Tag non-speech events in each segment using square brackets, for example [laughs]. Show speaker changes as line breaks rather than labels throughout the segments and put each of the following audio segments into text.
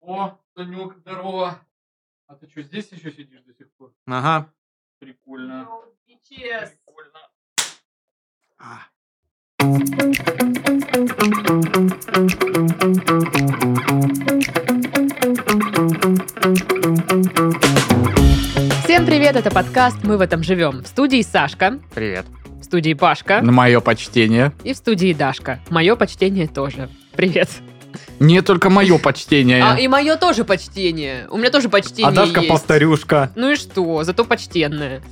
О, Санек, здорово. А ты что, здесь еще сидишь до сих пор?
Ага.
Прикольно.
Бичес.
Прикольно.
Всем привет, это подкаст «Мы в этом живем». В студии Сашка,
Привет.
в студии Пашка
Мое почтение.
и в студии Дашка. Мое почтение тоже. Привет.
Не только мое
А,
почтение.
и мое тоже почтение. У меня тоже почтение
А Дашка
есть.
повторюшка.
Ну и что, зато почтенное.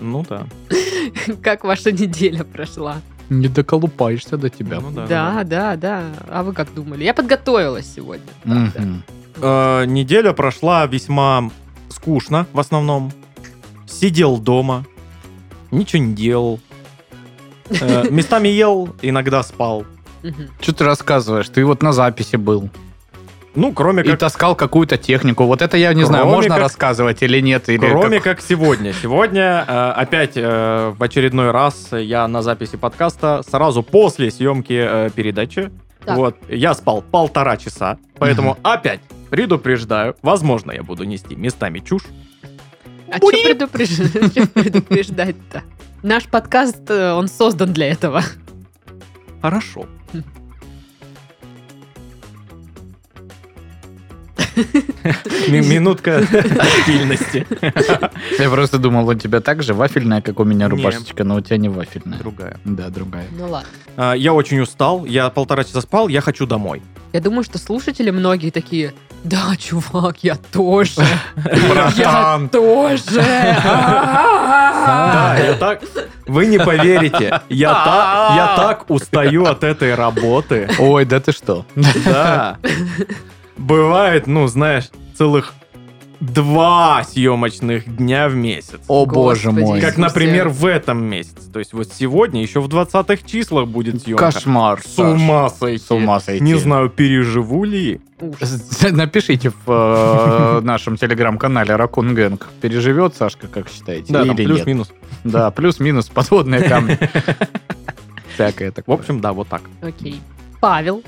Ну да.
[laughs] Как ваша неделя прошла?
Не доколупаешься до тебя.
Ну
Да, да, да. А вы как думали? Я подготовилась сегодня. правда.
Мгм.
Э, неделя прошла весьма скучно в основном. Сидел дома, ничего не делал.
[laughs]
Э, местами ел, иногда спал.
Мгм.
Что ты рассказываешь? Ты вот на записи был.
Ну, кроме
И
как,
таскал какую-то технику. Вот это я не знаю,
Кроме
можно
как-
рассказывать или нет? Или
кроме
как-
как сегодня. Сегодня э, опять э, в очередной раз я на записи подкаста сразу после съемки э, передачи.
Так.
Вот, я спал полтора часа, поэтому
Мгм.
опять предупреждаю, возможно, я буду нести местами чушь.
А что [laughs] предупреждать-то? Наш подкаст, э, он создан для этого.
Хорошо. Ми- Минутка [laughs] стильности.
Я просто думал, у тебя так же вафельная, как у меня
Не.
рубашечка, но у тебя не вафельная.
Другая.
Да, другая.
Ну ладно.
А, Я очень устал, я полтора часа спал, я хочу домой.
Я думаю, что слушатели многие такие, да, чувак, я тоже, я тоже.
Да,
А-а-а».
я так... Вы не поверите, я так, я так устаю от этой работы.
Ой, да ты что?
Да. Бывает, ну, знаешь, целых два съемочных дня в месяц.
О
Господи.
боже мой.
Как,
Иисусе.
например, в этом месяце. То есть вот сегодня еще в 20-х числах будет съемка.
Кошмар.
С ума сойти.
С ума сойти.
Не знаю, переживу ли.
Ужас.
Напишите в э, [laughs] нашем телеграм-канале Ракун Гэнг. Переживет Сашка, как считаете?
Да, там
или нет?
плюс-минус.
Да, плюс-минус подводные
[laughs]
камни. Всякое
В
такое.
общем, да, вот так.
Окей. Павел,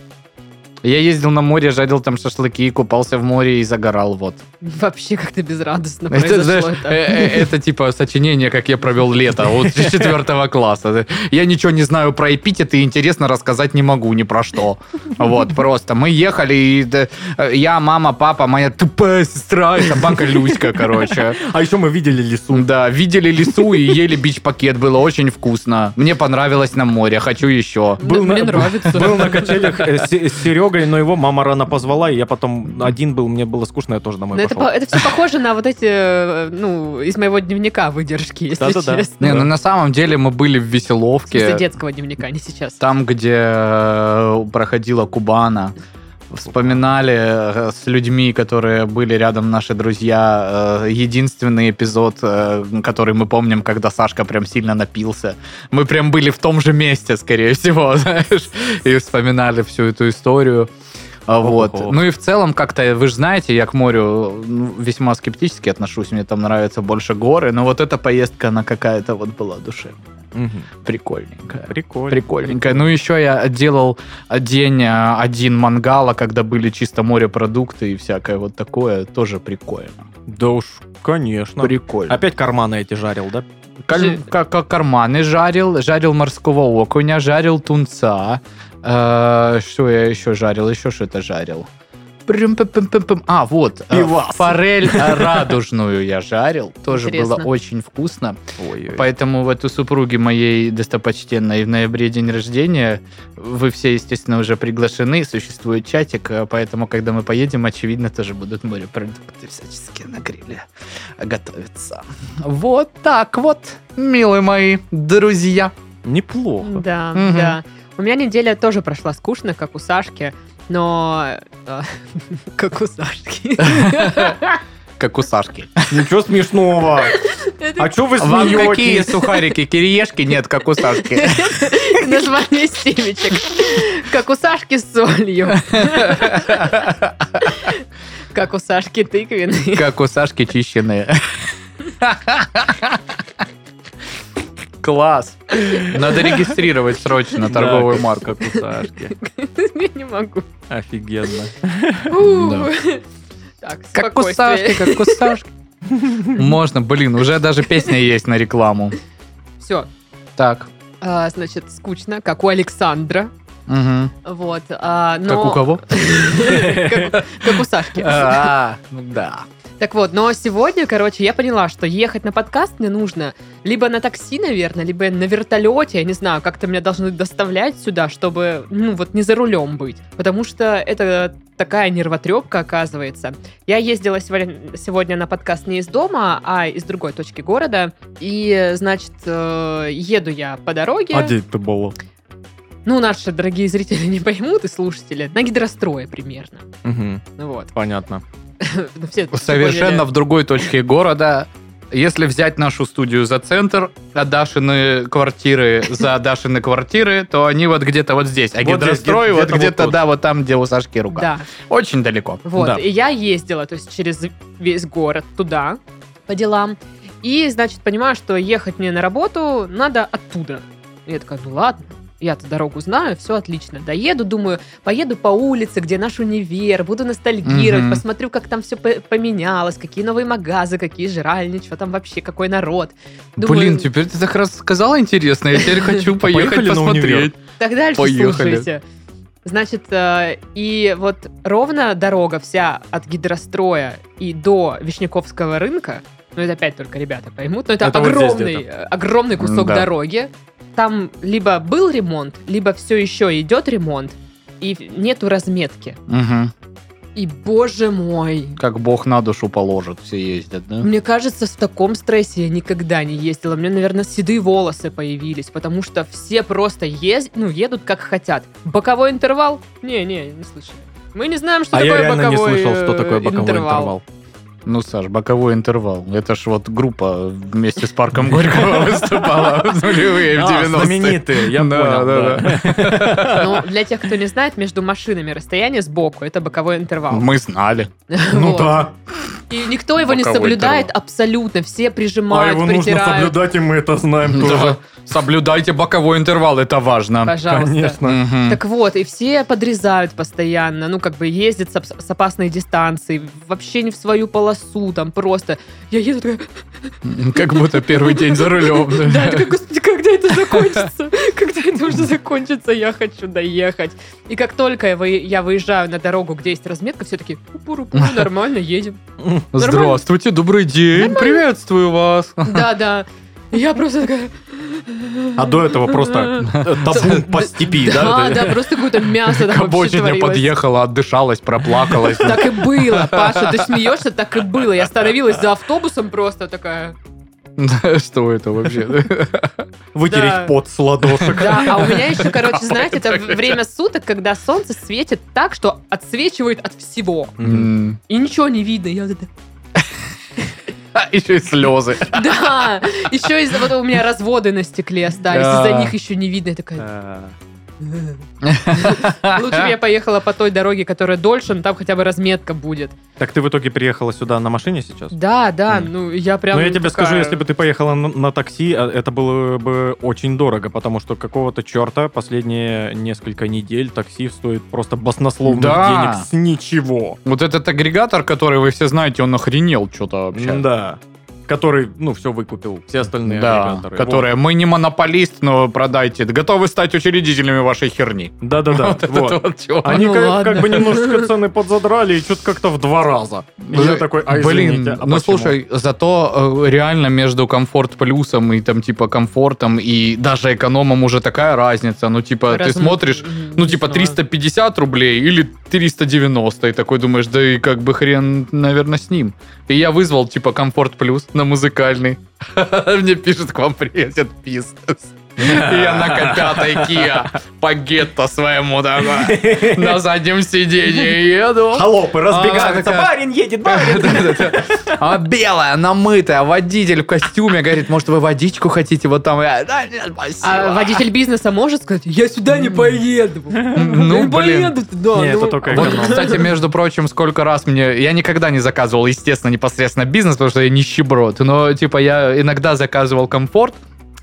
Я ездил на море, жарил там шашлыки, купался в море и загорал, вот.
вообще как-то безрадостно
Это, знаешь,
произошло
э,
это.
э, это типа сочинение, как я провел лето, вот с [laughs] четвертого класса. Я ничего не знаю про эпитеты, и интересно рассказать не могу ни про что. Вот, просто. Мы ехали, и да, э, я, мама, папа, моя тупая сестра и собака Люська, короче.
А еще мы видели лесу.
Да, видели лесу и ели бич-пакет, было очень вкусно. Мне понравилось на море, хочу еще.
Ну,
был
Мне
на-
нравится.
Был на качелях э, с с Серегой, но его мама рано позвала, и я потом один был, мне было скучно, я тоже
Но
домой
Ну, это,
пошел.
по- это все похоже на вот эти, э, ну, из моего дневника выдержки, если
Да-да-да.
честно.
Не, ну на самом деле мы были в
В смысле,
веселовке,
детского дневника, не сейчас.
там, где э, проходила Кубана. Вспоминали э, с людьми, которые были рядом, наши друзья, э, единственный эпизод, э, который мы помним, когда Сашка прям сильно напился. Мы прям были в том же месте, скорее всего, [laughs] знаешь, и вспоминали всю эту историю. А, Вот.
Ого.
Ну и в целом как-то, вы же знаете, я к морю ну, весьма скептически отношусь, мне там нравятся больше горы, но вот эта поездка, она какая-то вот была душе
Мгм.
прикольненькая.
Прикольно.
Прикольненькая. Ну, еще я делал день а, один мангала, когда были чисто морепродукты и всякое вот такое. Тоже прикольно.
Да уж, конечно.
Прикольно.
Опять карманы эти жарил, да?
Каль-
Жи-
ка- ка- карманы жарил, жарил морского окуня, жарил тунца. Э, Что я еще жарил? Еще что-то жарил. Прям-пам-пам-пам-пам. А, вот. э,
Пивас.
Форель э, радужную я жарил. Тоже
Интересно.
было очень вкусно.
Ой-ой.
Поэтому вот у супруги моей достопочтенной в ноябре день рождения. Вы все, естественно, уже приглашены. Существует чатик, э, поэтому, когда мы поедем, очевидно, тоже будут морепродукты всяческие на гриле готовиться. Вот так вот, милые мои друзья.
Неплохо.
Да,
Мгм.
да. У меня неделя тоже прошла скучно, как у Сашки, но... э, [laughs] Как у Сашки.
Как у Сашки.
[laughs] Ничего смешного. А
Это
что вы
Вам какие
смеетесь?
сухарики? Кириешки? Нет, как у Сашки.
[laughs] название семечек. Как у Сашки с солью. Как у Сашки тыквенный.
Как у Сашки чищенные. Класс. Надо регистрировать срочно
Да,
торговую
как-
марку.
Как у Сашки.
[laughs] Я не могу.
Офигенно.
Фу. Так,
Как у Сашки,
спокойствие.
как у Сашки. Можно, блин, уже даже песня есть на рекламу.
Все.
Так.
А, Значит, скучно, как у Александра.
Мгм.
Вот. а, но-
Как у кого?
[laughs] Как у- как у Сашки.
А, Да.
Так вот, но сегодня, короче, я поняла, что ехать на подкаст мне нужно либо на такси, наверное, либо на вертолете, я не знаю, как-то меня должны доставлять сюда, чтобы, ну, вот не за рулем быть. Потому что это такая нервотрепка, оказывается. Я ездила сегодня, сегодня на подкаст не из дома, а из другой точки города. И, значит, э, еду я по дороге.
А где ты было?
Ну, наши дорогие зрители [laughs] не поймут и слушатели. На гидрострое примерно. [laughs]
Мгм,
Ну Вот.
Понятно.
Ну, все это
Типа, Совершенно в другой точке города. Если взять нашу студию за центр, а Дашины квартиры за Дашины квартиры, то они вот где-то вот здесь. А
Вот здесь,
гидрострой
где-
вот
где-то вот
где-то,
тут.
да, вот там, где у Сашки рука.
Да,
Очень далеко.
Вот,
Да.
и я ездила, то есть через весь город туда по делам. И, значит, понимаю, что ехать мне на работу надо оттуда. И я такая, ну ладно, я-то дорогу знаю, все отлично. Доеду, думаю, поеду по улице, где наш универ, буду ностальгировать,
Мгм.
посмотрю, как там все поменялось, какие новые магазы, какие жральни, что там вообще, какой народ. Думаю,
Блин, теперь ты так раз сказала интересно,
[laughs]
я теперь хочу поехать
Поехали на универ.
посмотреть.
Так дальше
Поехали.
слушайте. Значит, э, и вот ровно дорога вся от гидростроя и до Вишняковского рынка, ну это опять только ребята поймут, но это,
Это вот здесь
огромный, э, огромный кусок
М-да.
дороги. Там либо был ремонт, либо все еще идет ремонт, и нету разметки.
Мгм.
И боже мой,
Как бог на душу положит, все ездят, да?
мне кажется, в таком стрессе я никогда не ездила. У меня, наверное, седые волосы появились, потому что все просто ез- ну, едут как хотят. Боковой интервал? Не-не, не слышали. Мы не знаем, что
А я
такое
реально не
боковой
слышал, что
э,
такое боковой интервал.
Ну, Саш, боковой интервал. Это ж вот группа вместе с Парком Горького [laughs] выступала в нулевые, в
А,
90-е.
знаменитые, я
Да,
понял.
да,
да.
Ну, для тех, кто не знает, между машинами расстояние сбоку. Это боковой интервал.
Мы знали.
Вот.
Ну, да.
И никто его не
Боковой
соблюдает абсолютно.
А
Все прижимают, притирают.
и мы это знаем
Да. Соблюдайте боковой интервал, это важно.
Пожалуйста.
Мгм.
Так вот, и все подрезают постоянно, ну, как бы ездят с, абс- с опасной дистанции, вообще не в свою полосу, там просто. Я еду такая,
Как будто первый день за рулем.
[laughs] да, я такая, господи, когда это закончится? Когда это уже закончится? Я хочу доехать. И как только я вы- я выезжаю на дорогу, где есть разметка, все таки
[laughs]
пуру-пуру, нормально, едем.
Здравствуйте, добрый день, приветствую вас.
Да-да. И Я просто такая...
А до этого просто
[laughs]
э, табун по степи, да?
Да,
вот
да, просто какое-то мясо
К
там вообще
обочине
творилось.
подъехала, отдышалась,
[laughs]
проплакалась.
Так и было, Паша, ты смеешься, так и было. Я остановилась за автобусом просто такая...
Да, Что это вообще?
это, Вытереть пот с ладошек.
Да, а у меня еще, короче, знаете, это время суток, когда солнце светит так, что отсвечивает от всего.
Мгм.
М.
И ничего не видно. Я вот это-
А, Еще и слезы.
Да, еще из-за вот у меня разводы на стекле остались,
Да.
из-за них еще не видно. Я такая,
Э,
лучше бы я поехала по той дороге, которая дольше, но там хотя бы разметка будет.
Так ты в итоге приехала сюда на машине сейчас?
Да, да,
Мгм.
ну я прям
Ну, я тебе
такая-
скажу, если бы ты поехала на, на такси, а, это было бы очень дорого, потому что какого-то черта последние несколько недель такси стоит просто баснословных
Да.
денег с ничего.
Вот этот агрегатор, который вы все знаете, он охренел что-то вообще.
Да. Который, ну, все выкупил. Все остальные
Да,
агрегаторы.
которые мы не монополист, но продайте. Готовы стать учредителями вашей херни.
Вот. Да-да-да.
[laughs] Вот
вот.
этот вот чувак.
Они
Ну
как,
ладно.
как бы немножечко
[laughs]
цены подзадрали, и что-то как-то в два раза. И я такой, а
Блин,
извините, а
ну
почему?» [laughs]
слушай, зато э, реально между комфорт плюсом и там типа комфортом и даже экономом уже такая разница. Ну типа ты
Разм-
смотришь,
М,
ну
не
типа
знаю.
350 рублей или 390, и такой думаешь, да и как бы хрен, наверное, с ним. И я вызвал типа комфорт плюс на музыкальный. [laughs] Мне пишет, к вам приедет бизнес. И я на копятой Kia по гетто своему такой на заднем сиденье еду.
Холопы разбегаются,
А, такая-
барин едет,
[laughs]
барин!
Да-да-да. А белая, намытая, водитель в костюме говорит, может, вы водичку хотите? Вот там я, «Да нет,
А
спасибо».
водитель бизнеса может сказать, я сюда не поеду. Я
Ну,
не
блин.
поеду туда.
Не,
ну».
это только
Вот,
эконом.
кстати, между прочим, сколько раз мне... Я никогда не заказывал, естественно, непосредственно бизнес, потому что я нищеброд. Но, типа, я иногда заказывал комфорт,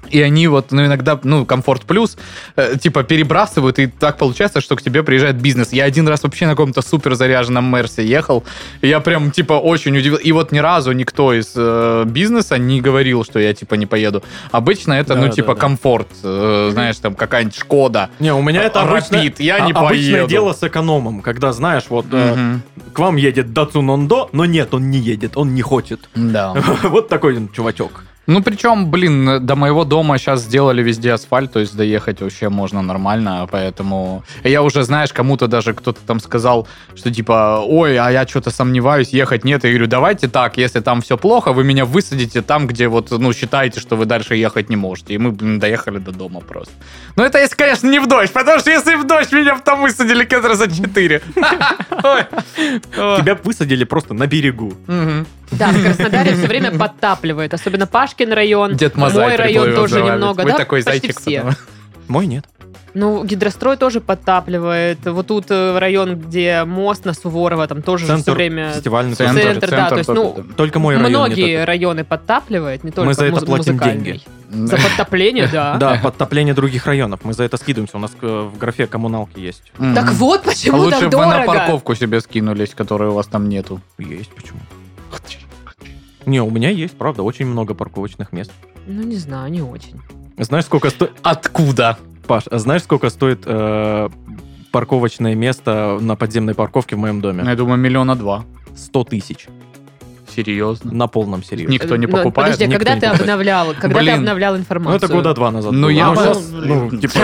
и они вот, ну, иногда, ну, комфорт плюс, э, типа, перебрасывают, и так получается, что к тебе приезжает бизнес. Я один раз вообще на каком-то супер заряженном Мерсе ехал, и я прям, типа, очень удивился. И вот ни разу никто из э, бизнеса не говорил, что я, типа, не поеду. Обычно это,
Да,
ну,
да,
типа,
да.
комфорт, э, знаешь, там, какая-нибудь Шкода.
Не, у меня это
Рапид,
обычно...
я не
А, Обычное
поеду.
дело с экономом, когда, знаешь, вот э,
Мгм.
к вам едет Дацунондо, но нет, он не едет, он не хочет. [laughs]
Да.
Вот такой он чувачок.
Ну, причем, блин, до моего дома сейчас сделали везде асфальт, то есть доехать вообще можно нормально, поэтому... Я уже, знаешь, кому-то даже кто-то там сказал, что типа, ой, а я что-то сомневаюсь, ехать нет. Я говорю, давайте так, если там все плохо, вы меня высадите там, где вот, ну, считаете, что вы дальше ехать не можете. И мы, блин, доехали до дома просто. Ну, это если, конечно, не в дождь, потому что если в дождь, меня бы там высадили кедра за [laughs] 4.
А.
Тебя высадили просто на берегу.
Да, в Краснодаре все время подтапливает, особенно Пашкин район.
Дед Мазай
Мой район
приплывет
тоже
за вами.
немного,
Вы
да?
такой
Почти
зайчик.
все.
потом.
Мой нет.
Ну, гидрострой тоже подтапливает. Вот тут э, район, где мост на Суворова, там тоже же все
Центр,
время
фестивальный
центр,
Ну, центр.
да, то есть,
только
ну,
там.
Только мой район не
многие
топит.
районы подтапливает, не только
Мы за это
муз-
платим
музыкальный.
деньги.
За подтопление, да.
Да, подтопление других районов. Мы за это скидываемся. У нас э, в графе коммуналки есть.
Мгм.
Так вот
А
почему
Лучше
так
бы вы на
дорого.
парковку себе скинулись, которой у вас там нету.
Есть почему? Не, у меня есть, правда, очень много парковочных мест.
Ну, не знаю, не очень.
Знаешь, сколько стоит...
Откуда?
Паш, а знаешь, сколько стоит э, парковочное место на подземной парковке в моем доме?
Ну, Я думаю, миллиона два.
100 тысяч.
Серьезно.
На полном серьезе.
Никто не
Ну,
покупает.
Подожди, а
никто
когда
не
ты
покупает.
обновлял, когда ты
Блин.
обновлял информацию?
Ну, это года два назад.
Ну,
было.
я
А
уже...
сейчас, Ну, [laughs] типа...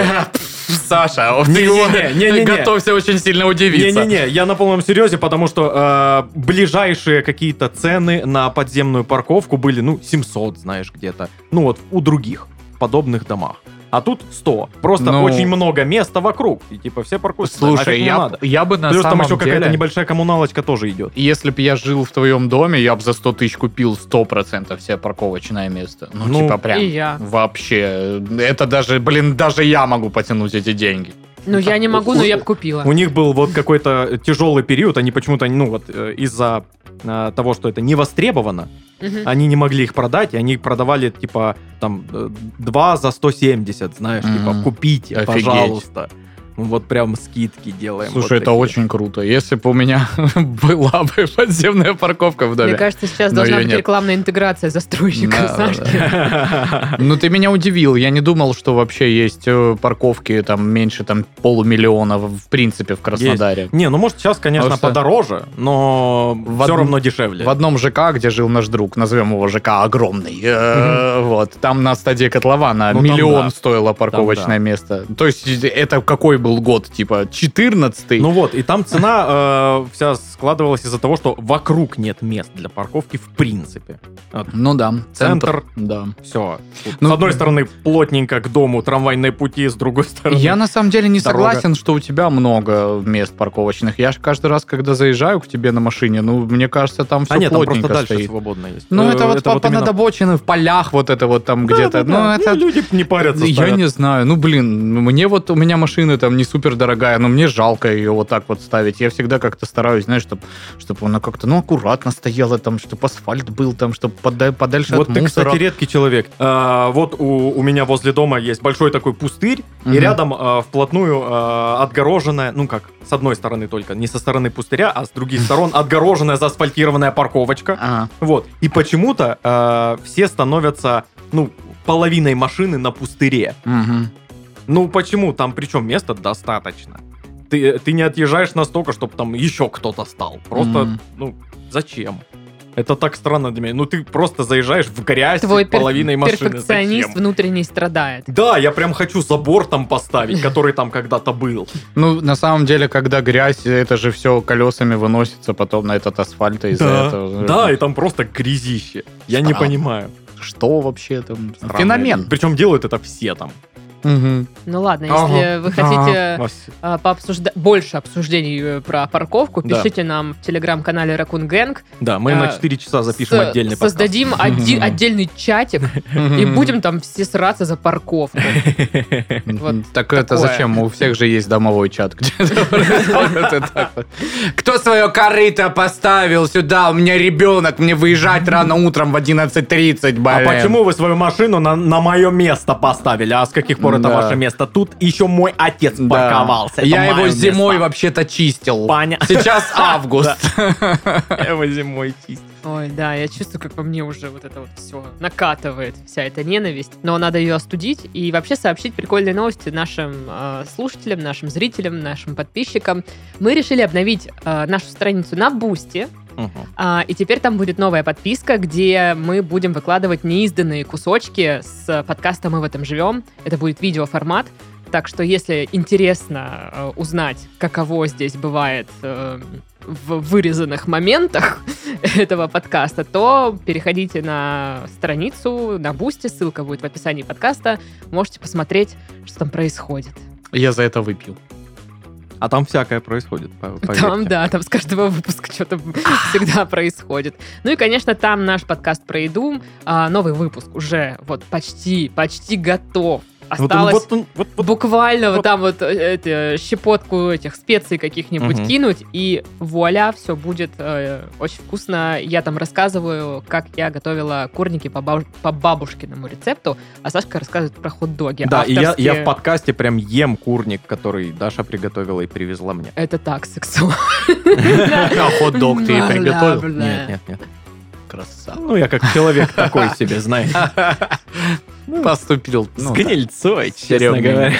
Саша, а вот ты его-
Не-не-не-не-не.
ты готовься очень сильно удивиться.
Не-не-не, я на полном серьезе, потому что э, ближайшие какие-то цены на подземную парковку были, ну, 700, знаешь, где-то. Ну, вот у других подобных домах. А тут 100. Просто
Ну.
очень много места вокруг. И типа все паркуются. нафиг
Слушай,
не
я,
надо.
я бы на
Плюс там
самом
еще какая-то
деле-
небольшая коммуналочка тоже идет.
Если бы я жил в твоем доме, я бы за 100 тысяч купил 100% себе парковочное место. Ну,
Ну,
типа прям.
И я.
Вообще. Это даже, блин, даже я могу потянуть эти деньги.
Ну, я не могу, но я бы
У
купила.
них был вот какой-то тяжелый период, они почему-то, ну вот, э, из-за э, того, что это не востребовано,
Мгм.
они не могли их продать, и они продавали, типа, там, 2 за 170, знаешь, типа,
Мгм.
купите,
Офигеть.
пожалуйста. Ну, Вот прям скидки делаем.
Слушай,
вот
это
такие.
очень круто. Если бы у меня [laughs] была бы подземная парковка в доме.
Мне кажется, сейчас
Но
должна
её
быть
нет.
рекламная интеграция застройщика,
Да,
знаешь.
да, да. Ну, ты меня удивил. Я не думал, что вообще есть э, парковки там меньше там полумиллиона в в принципе в Краснодаре.
[laughs] Не, ну, может, сейчас, конечно,
Потому что-
подороже, но
В
все
од-
равно дешевле.
В одном ЖК, где жил наш друг, назовем его ЖК огромный, э, вот, там на стадии котлована
Ну, там
миллион
да.
стоило парковочное место. То есть э, это какой был год, типа 14
Ну вот, и там цена э, вся складывалась из-за того, что вокруг нет мест для парковки в принципе.
Ну да,
Центр.
Да.
Все.
Ну,
с одной стороны, плотненько к дому трамвайные пути, с другой стороны...
Я на самом деле не
Дорога.
согласен, что у тебя много мест парковочных. Я же каждый раз, когда заезжаю к тебе на машине, ну, мне кажется, там все
А нет, там просто
плотненько
дальше
стоит.
свободно есть.
Ну,
Э,
это вот по- по-
именно
над обочиной, в полях вот это вот там где-то.
Да-да-да.
Ну, это...
люди не парятся.
Я
ставят.
не знаю, ну блин, мне вот у меня машина там не супер дорогая, но мне жалко ее вот так вот ставить. Я всегда как-то стараюсь, знаешь, чтобы чтобы она как-то ну аккуратно стояла там, чтобы асфальт был там, чтобы подальше
Вот
от
ты,
мусора.
кстати, редкий человек. А, вот у, у меня возле дома есть большой такой пустырь,
Мгм.
и рядом а, вплотную а, отгороженная, ну как, с одной стороны только, не со стороны пустыря, а с
[laughs]
других сторон отгороженная заасфальтированная парковочка.
Ага.
Вот. И почему-то а, все становятся, ну, половиной машины на пустыре.
Мгм.
Ну почему? Там причем места достаточно. Ты, ты не отъезжаешь настолько, чтобы там еще кто-то стал. Просто,
Мгм.
ну, зачем? Это так странно для меня. Ну ты просто заезжаешь в грязь
Твой пер-
половиной машины.
перфекционист
Зачем?
внутренний страдает.
Да, я прям хочу забор там поставить, который там когда-то был.
Ну, на самом деле, когда грязь, это же все колесами выносится потом на этот асфальт и из-за этого.
да, и там просто грязище. Я не
Странно.
понимаю.
Что вообще там?
Странно.
Феномен.
Причем делают это все там.
Мгм.
Ну ладно, если
Ага.
вы хотите
Вася.
а, пообсужда- больше обсуждений э, про парковку,
Да.
пишите нам в телеграм-канале Ракун Гэнг.
Да, мы на
А,
4 часа запишем
С-
отдельный подкаст. [laughs]
Создадим оди-
Мгм.
отдельный чатик и
Мгм.
будем там все сраться за парковку. Вот
Мгм. так это
такое.
зачем? У всех же есть домовой чат, где это происходит. И так вот. Кто свое корыто поставил сюда? У меня ребенок, мне выезжать рано утром в 11.30, блин.
А почему вы свою машину на, на мое место поставили? А с каких пор это
Да.
ваше место? Тут еще мой отец
Да.
парковался. Это
Я
мое
его зимой
место.
вообще-то чистил.
Понятно.
Сейчас август.
[laughs] Я его зимой чистил.
Ой, да, я чувствую, как по мне уже вот это вот все накатывает, вся эта ненависть. Но надо ее остудить и вообще сообщить прикольные новости нашим э, слушателям, нашим зрителям, нашим подписчикам. Мы решили обновить э, нашу страницу на Бусти,
Мгм.
А, и теперь там будет новая подписка, где мы будем выкладывать неизданные кусочки с подкаста «Мы в этом живем». Это будет видеоформат. Так что, если интересно э, узнать, каково здесь бывает э, в вырезанных моментах [laughs] этого подкаста, то переходите на страницу, на бусте, ссылка будет в описании подкаста. Можете посмотреть, что там происходит.
[laughs] Я за это выпью.
А там всякое происходит, по- поверьте.
Там, да, там с каждого выпуска что-то всегда происходит. Ну и, конечно, там наш подкаст про еду. А, новый выпуск уже вот почти, почти готов.
Ну, Вот он-
Осталось
вот он- вот- вот-
буквально вот
вот.
там вот э, эти, щепотку этих специй каких-нибудь
Мгм.
кинуть, и вуаля, все будет э, очень вкусно. Я там рассказываю, как я готовила курники по, баб- по бабушкиному рецепту, а Сашка рассказывает про хот-доги.
Да, и я, я
авторские.
в подкасте прям ем курник, который Даша приготовила и привезла мне.
Это
[laughs]
так сексуально.
А хот-дог ты и
Бла-бла-бла.
приготовил?
Да.
Нет, нет, нет.
Красава.
Ну, я как человек такой себе, знаешь.
Поступил.
[laughs] С
ну,
гнильцой, честно
Серёга.
говоря.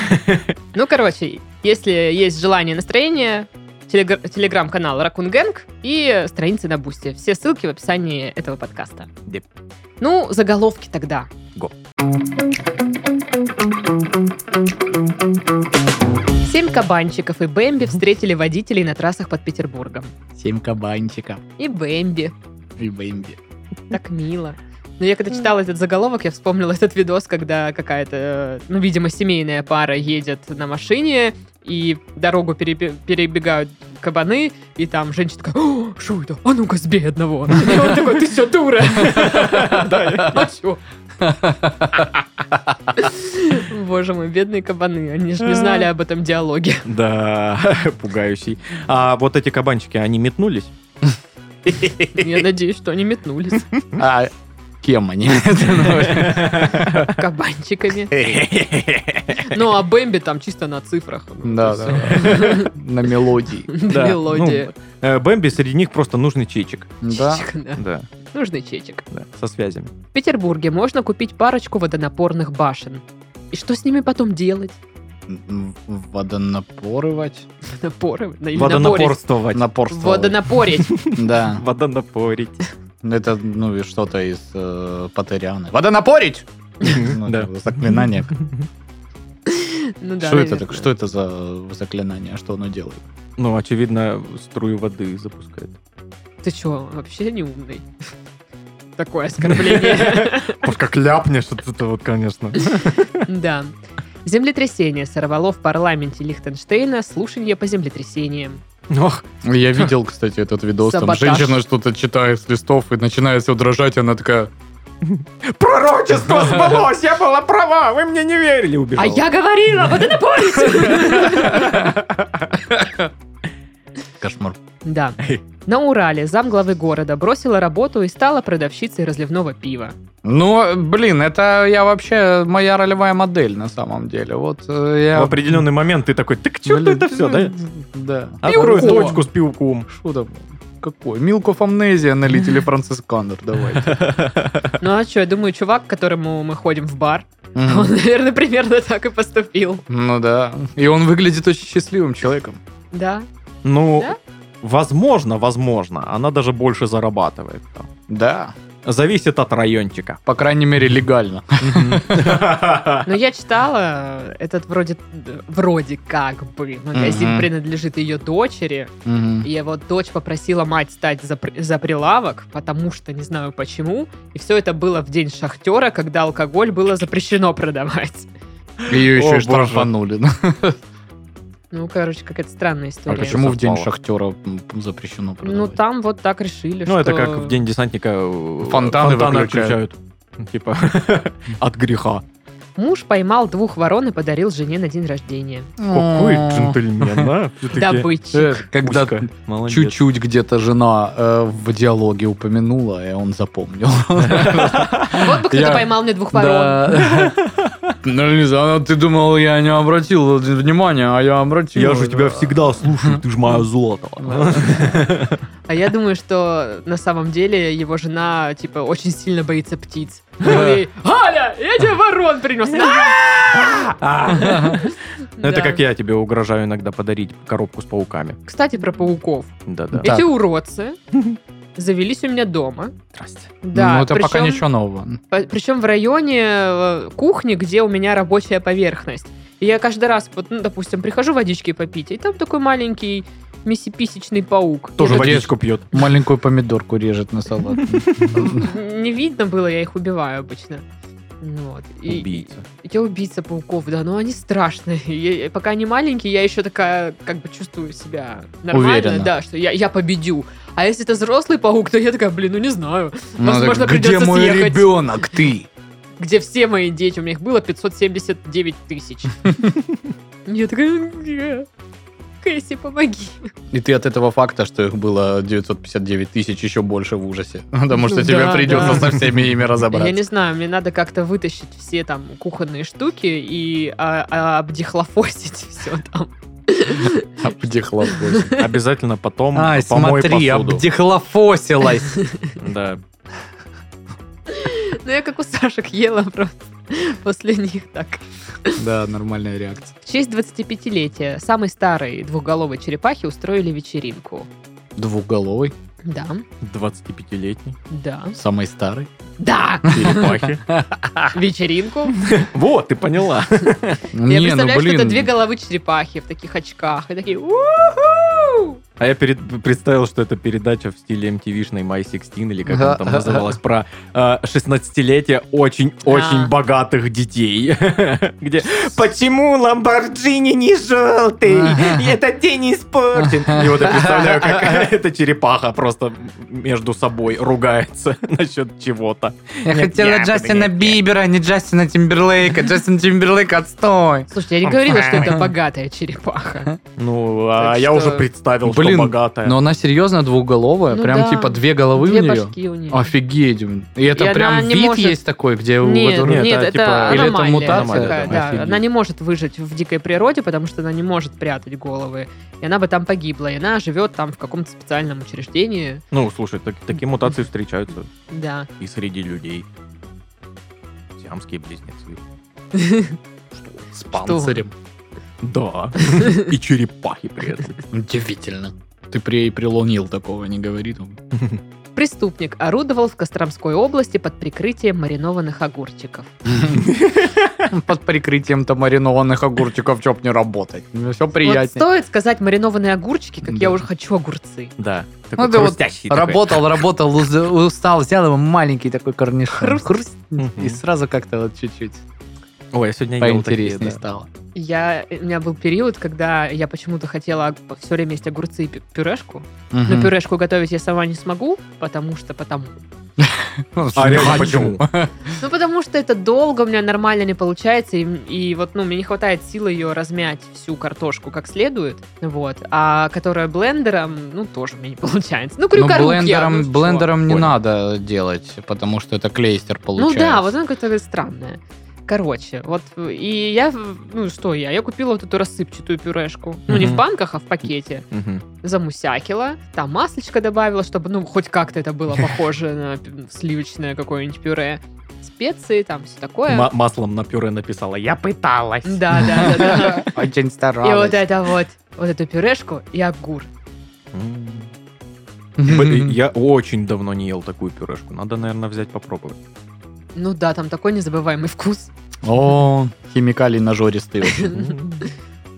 Ну, короче, если есть желание, настроение, телегр- телеграм-канал Ракун Гэнг и страницы на Бусти. Все ссылки в описании этого подкаста.
Деп.
Ну, заголовки тогда.
Го.
Семь кабанчиков и Бэмби встретили водителей на трассах под Петербургом.
Семь кабанчиков
И Бэмби.
и бэмби.
Так мило. Но я когда читала этот заголовок, я вспомнила этот видос, когда какая-то, э, ну, видимо, семейная пара едет на машине, и дорогу перебе- перебегают кабаны, и там женщина такая, «О, что это? А ну-ка, сбей
[laughs]
одного. И он такой, ты все, дура. [laughs] А чё? Боже мой, бедные кабаны, они же не знали об этом диалоге.
[laughs]
[laughs]
Да, [laughs] пугающий. А вот эти кабанчики, они [laughs] метнулись?
Я надеюсь, что
[laughs]
они метнулись
А кем они?
кабанчиками.
Э,
Ну, а Бэмби там чисто на цифрах. [laughs]
Да, да. На мелодии.
Да,
Мелодия.
ну, э, Бэмби среди них просто нужный чечек.
Да.
Чечек, да.
Да,
Нужный чечек.
да, со связями.
В Петербурге можно купить парочку водонапорных башен. И что с ними потом делать?
М, м, Водонапорывать.
Водонапоры? или напорить?
Водонапорствовать.
Напорствовать.
Водонапорить.
Да.
Водонапорить.
Это, ну, и что-то из э, Патерианы. Водонапорить! Ну,
Да.
как бы [laughs] Заклинание.
[laughs] Ну да,
Что это
наверное.
так? Что это за заклинание? А Что оно делает?
[laughs] Ну, очевидно, струю воды запускает.
Ты что, вообще не умный? Такое
[laughs]
оскорбление.
Вот как ляпнешь, это вот, конечно.
Да. Землетрясение сорвало в парламенте Лихтенштейна слушание по землетрясениям.
[laughs] Ох,
Я видел, кстати, этот видос. Там
Саботаж.
женщина что-то читает с листов и начинает все дрожать, и она такая...
[laughs] пророчество сбылось, я была права, вы мне не верили, убежала.
А я говорила,
[laughs]
водонапорить!
Кошмар.
Да. На Урале замглавы города бросила работу и стала продавщицей разливного пива.
Ну, блин, это я вообще моя ролевая модель на самом деле. Вот э, я...
В определенный момент ты такой, ты к
[laughs] Блин,
черту это все, да?
Да.
Открою
Пивко.
точку с пивком.
Что там? Какой? Милков Амнезия налетели францисканер, давайте.
[laughs]
Ну а что, я думаю, чувак, к которому мы ходим в бар, он,
Мгм.
наверное, [laughs] примерно так и поступил.
Ну да. И он выглядит очень счастливым человеком.
Да.
Ну,
Да?
возможно, возможно, она даже больше зарабатывает. там.
Да.
Зависит от райончика. [laughs]
По крайней мере, легально.
Но я читала, этот вроде, вроде как бы магазин
Мгм.
принадлежит ее дочери. И его дочь попросила мать стать за, при- за прилавок, потому что не знаю почему. И все это было в день шахтера, когда алкоголь было запрещено продавать.
Ее
О,
еще и
боже.
штрафанули.
Ну, короче, какая-то странная
А
история.
почему в день
Совпало.
шахтера м, запрещено
Ну,
продавать?
там вот так решили,
Ну, это
что-
как в день десантника э,
Фонтаны
отключают.
[laughs]
выключают.
Типа, от греха.
Муж поймал двух ворон и подарил жене на день рождения.
Какой джентльмен,
[laughs]
а? Всё-таки.
Добытчик.
Э, Когда
Кузька, молодец.
чуть-чуть где-то жена э, в диалоге упомянула, и он запомнил.
[laughs] Вот бы кто-то
я-
поймал мне двух ворон.
Да. Ну, Лиза, а ты думал, я не обратил внимания, а я обратил.
Я же тебя всегда слушаю, ты же мое золото.
[laughs]
А я думаю, что на самом деле его жена, типа, очень сильно боится птиц. И он
Да.
ей, Аля, я тебе ворон принес.
А,
[laughs]
Ну,
Это как я тебе угрожаю иногда подарить коробку с пауками.
Кстати, про пауков.
Да-да.
Так.
Эти уродцы завелись у меня дома.
Здрасте.
Да,
ну, это пока
причем-
ничего нового.
По- Причем в районе э, кухни, где у меня рабочая поверхность. И я каждый раз, вот, ну, допустим, прихожу водички попить, и там такой маленький мисиписечный паук.
Тоже
Это
водичку пьет.
Маленькую помидорку режет
[laughs]
на салат.
Не видно было, я их убиваю обычно. Ну Вот. И-
Убийца.
Я убийца пауков, да, но они страшные. [laughs] Я- я- пока они маленькие, я еще такая, как бы чувствую себя нормально,
Уверенно.
да, что я, я победю. А если это взрослый паук, то я такая, блин, ну не знаю, Возможно,
Она так, Где
придется
мой
съехать».
ребенок, ты?
где все мои дети, у меня их было 579 тысяч. Я такая, «Э, Кэсси, помоги.
И ты от этого факта, что их было 959 тысяч, еще больше в ужасе. [laughs] Потому что
Ну
тебе
да,
придется
да.
со всеми ими
Я не
разобраться.
знаю, мне надо как-то вытащить все там кухонные штуки и а, а, обдихлофосить [laughs] все там.
Обдихлофосилась.
Обязательно потом
А,
Ай,
помой
смотри,
посуду.
обдихлофосилась.
Да.
Ну, я как у Сашек ела просто [laughs] после них так.
Да, нормальная реакция.
В честь 25-летия самой старой двухголовой черепахи устроили вечеринку.
Двуголовый,
Да,
25-летний.
да,
самый старый. [laughs]
да,
Черепахи.
[laughs] вечеринку.
Вот, ты поняла.
Я
Не, ну,
представляю, что это
блин.
две головы черепахи в таких очках. И такие, «У-ху!»
А я перед, представил, что это передача в стиле MTV-шной My 16, или как она там называлась, про э, 16-летие очень-очень
А.
богатых детей. [laughs] Где «Почему Ламборджини не желтый? Этот день испортен!» [laughs] И вот я представляю, как [laughs] эта черепаха просто между собой ругается [laughs] насчет чего-то.
Я
Нет,
хотела
я
Джастина
понимаю.
Бибера, не Джастина Тимберлейка. Джастин Тимберлейк, отстой.
Слушайте, я не говорила, что
[laughs]
это богатая черепаха.
Ну, а
Так
я
что-
уже представил, что
Блин,
богатая.
Но она серьезно двуголовая?
Ну
прям
да.
типа две головы
Две
у нее?
башки у нее.
Офигеть. блин. И это
И она
прям
не
вид
может-
есть такой, где у
Нет,
которого-
которой-
нет,
Нет,
это,
это типа-
Или это
аномалия
мутация
такая,
там?
да.
Офигеть.
Она не может выжить в дикой природе, потому что она не может прятать головы. И она бы там погибла. И она живет там в каком-то специальном учреждении.
Ну, слушай, так- такие мутации встречаются
Да.
и среди людей. Сиамские близнецы.
с панцирем.
Да. И черепахи при этом.
Удивительно. Ты при прилонил такого не говорит.
Преступник орудовал в Костромской области под прикрытием маринованных огурчиков.
[laughs] Под прикрытием то маринованных огурчиков, чтоб не работать. Все
Вот
приятнее.
стоит сказать маринованные огурчики, как я
Да.
уже хочу огурцы.
Да.
Ну, это вот Работал, работал, уз- устал, взял его маленький такой корниш.
Хруст.
Хруст.
Мгм.
И сразу как-то вот чуть-чуть
Ой, я сегодня ел такие,
поинтереснее
да.
стало.
Я, у меня был период, когда я почему-то хотела все время есть огурцы и пю- пюрешку. Но
Мгм.
пюрешку готовить я сама не смогу, потому что потому.
Ну,
А
не
реально
хочу.
почему?
Ну, потому что это долго у меня нормально не получается, и, и вот, ну, мне не хватает силы ее размять всю картошку как следует, вот. А которая блендером, ну, тоже у меня не [laughs] получается. Ну,
Ну,
крюкорук я, ну,
блендером,
чё?
блендером не
понял.
надо делать, потому что это клейстер
Ну
получается.
да, вот она какая-то странная. Короче, вот и я, ну что я, я купила вот эту рассыпчатую пюрешку. Ну не в
Мгм.
банках, а в пакете.
Мгм.
Замусякила, там маслечко добавила, чтобы, ну, хоть как-то это было похоже на пи- сливочное какое-нибудь пюре. Специи, там все такое.
Ма- Маслом на пюре написала. Я пыталась.
Да, да, да,
Очень
[laughs]
да. И вот
старалась.
это вот, вот эту пюрешку и огур.
М. Блин, Я очень давно не ел такую пюрешку. Надо, наверное, взять попробовать.
Ну да, там такой незабываемый вкус.
О, химикалий нажористый. очень.
М.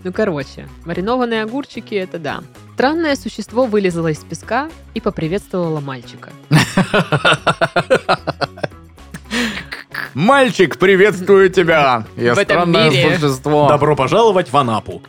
Ну, короче, маринованные огурчики — это да. Странное существо вылезло из песка и поприветствовало мальчика.
[laughs] Мальчик, приветствую тебя! Я
В этом
странное
мире.
существо. [laughs]
Добро пожаловать в Анапу.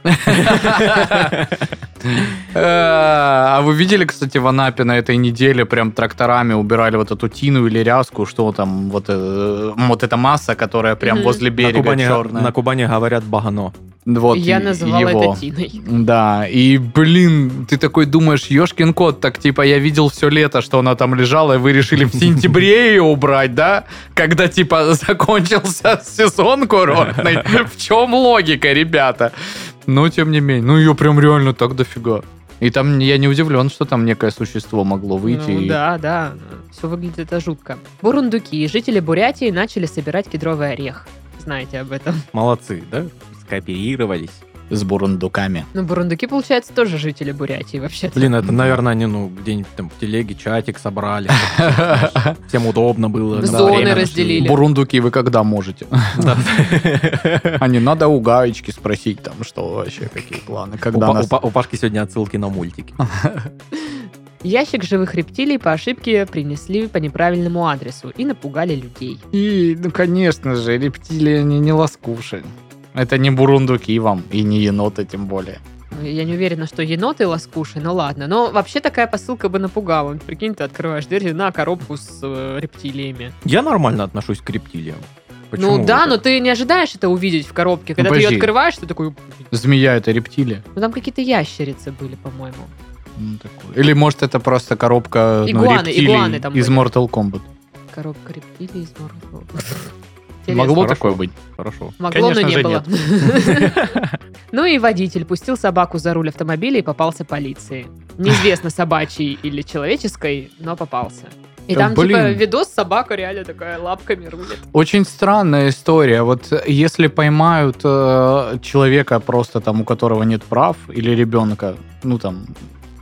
Э, А вы видели, кстати, в Анапе на этой неделе прям тракторами убирали вот эту тину или ряску, что там, вот, э, вот эта масса, которая прям
Мгм.
возле
На
берега
Кубани,
черная.
на Кубани говорят багано.
Вот
Я
и-
называла
его.
это Тиной.
Да, и, блин, ты такой думаешь, ешкин кот, так типа я видел все лето, что она там лежала, и вы решили в сентябре ее убрать, да? Когда типа [laughs] закончился сезон курортный. В чем логика, ребята? Но тем не менее, ну ее прям реально так дофига. И там я не удивлен, что там некое существо могло выйти.
Ну
и-
да, да, все выглядит это жутко. Бурундуки, жители Бурятии, начали собирать кедровый орех. Знаете об этом.
Молодцы, да? Скооперировались.
С бурундуками.
Ну, бурундуки, получается, тоже жители Бурятии вообще-то.
Блин, это,
Мгм.
наверное, они, ну, где-нибудь там в телеге чатик собрали. Всем удобно было.
В
на
зоны
время нашли.
разделили.
Бурундуки вы когда можете? [laughs]
Да.
А не надо у Гаечки спросить там, что вообще, какие планы,
У
когда
Па-
нас А.
у Па- у Пашки сегодня отсылки на мультики.
Ящик живых рептилий по ошибке принесли по неправильному адресу и напугали людей.
И, ну, конечно же, рептилии, они не лоскуши. Это не бурундуки вам, и не еноты тем более.
Ну, Я не уверена, что еноты лоскуши, но ладно. Но вообще такая посылка бы напугала. Прикинь, ты открываешь дверь, и на коробку с э, рептилиями.
Я нормально отношусь к рептилиям.
ну
Почему
да,
вот
но ты не ожидаешь это увидеть в коробке. Когда ты ее
подожди.
открываешь, ты такой... «Блин».
Змея — это рептилия.
Ну там какие-то ящерицы были, по-моему.
Ну, такое. Или, может, это просто коробка ну,
Игуаны,
рептилий
игуаны там
из
были.
Mortal Kombat.
Коробка рептилий из Марвел.
Могло
Хорошо.
такое быть?
Хорошо.
Могло, но
Конечно
не
же,
было. [laughs] Ну и водитель пустил собаку за руль автомобиля и попался полиции. Неизвестно, собачий или человеческой, но попался. И
Э,
там типа
блин.
видос, собака реально такая лапками рулит.
Очень странная история. Вот э, если поймают э, человека просто там, у которого нет прав, или ребенка, ну там,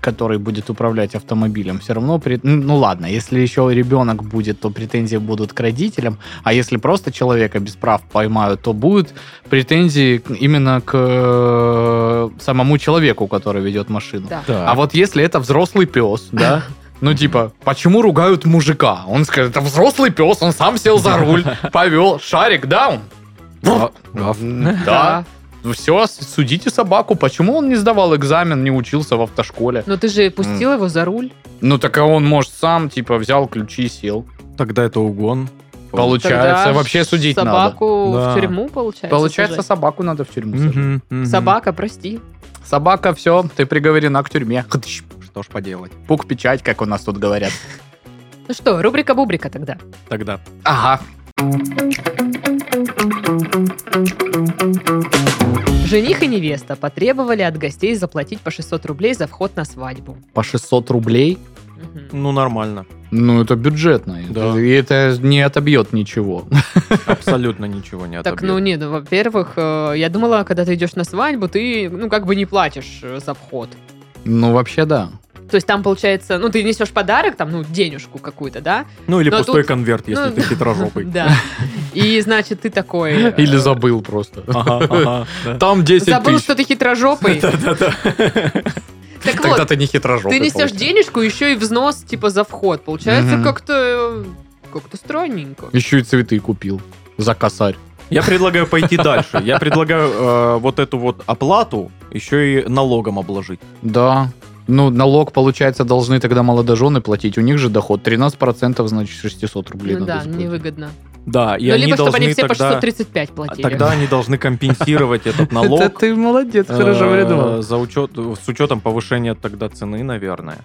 который будет управлять автомобилем, все равно... при- Ну ну, ладно, если еще ребенок будет, то претензии будут к родителям, а если просто человека без прав поймают, то будут претензии к- именно к э, самому человеку, который ведет машину.
Да.
А вот если это взрослый пес, да? Ну, типа, почему ругают мужика? Он скажет, это взрослый пес, он сам сел за руль, повел, шарик даун.
Га- гав.
Да. Все, судите собаку. Почему он не сдавал экзамен, не учился в автошколе?
Но Ну ты же пустил его за руль.
Ну, так а он, может, сам, типа, взял ключи, сел.
Тогда это угон.
Получается,
Тогда
вообще судить надо.
Собаку
Да.
в тюрьму, получается.
Получается,
сажать.
собаку надо в тюрьму сажать.
Мгм, мгм.
собака, прости.
Собака, все, ты приговорена к тюрьме. Хдыщ,
Что ж поделать.
Пук-печать, как у нас тут говорят.
Ну что, рубрика-бубрика тогда.
Тогда.
Ага.
Жених и невеста потребовали от гостей заплатить по 600 рублей за вход на свадьбу.
По 600 рублей
Мгм.
Ну, нормально.
Ну, это бюджетно.
Да.
И это не отобьет ничего. [laughs]
Абсолютно ничего не
Так, ну
отобьет.
нет, во-первых, э, я думала, когда ты идешь на свадьбу, ты, ну, как бы не платишь э, за вход.
Ну, вообще, да.
То есть там, получается, ну, ты несешь подарок, там, ну, денежку какую-то, да?
Ну, или
но
пустой
тут-
конверт, если
Ну,
ты хитрожопый.
[laughs]
[laughs]
Да. И, значит, ты такой... э,
Или забыл просто.
Ага, ага, да.
Там 10
Забыл,
тысяч.
что ты
[laughs]
хитрожопый. Так
Тогда
вот,
ты не хитрожопый.
ты несешь денежку, еще и взнос, типа, за вход. Получается,
Мгм.
как-то... э, Как-то странненько.
Еще и цветы купил. За косарь.
Я предлагаю пойти дальше. Я предлагаю э, вот эту вот оплату еще и налогом обложить.
Да. Ну, налог, получается, должны тогда молодожены платить. У них же доход 13%, значит, 600 рублей
Ну да,
надо заплатить.
невыгодно.
Да, и
Ну,
они
либо чтобы они
должны
все по
тогда...
А
635 платили.
Тогда они должны компенсировать
[laughs]
этот
Это
налог.
ты молодец,
э,
хорошо придумал.
За учет, с учетом повышения тогда цены, наверное.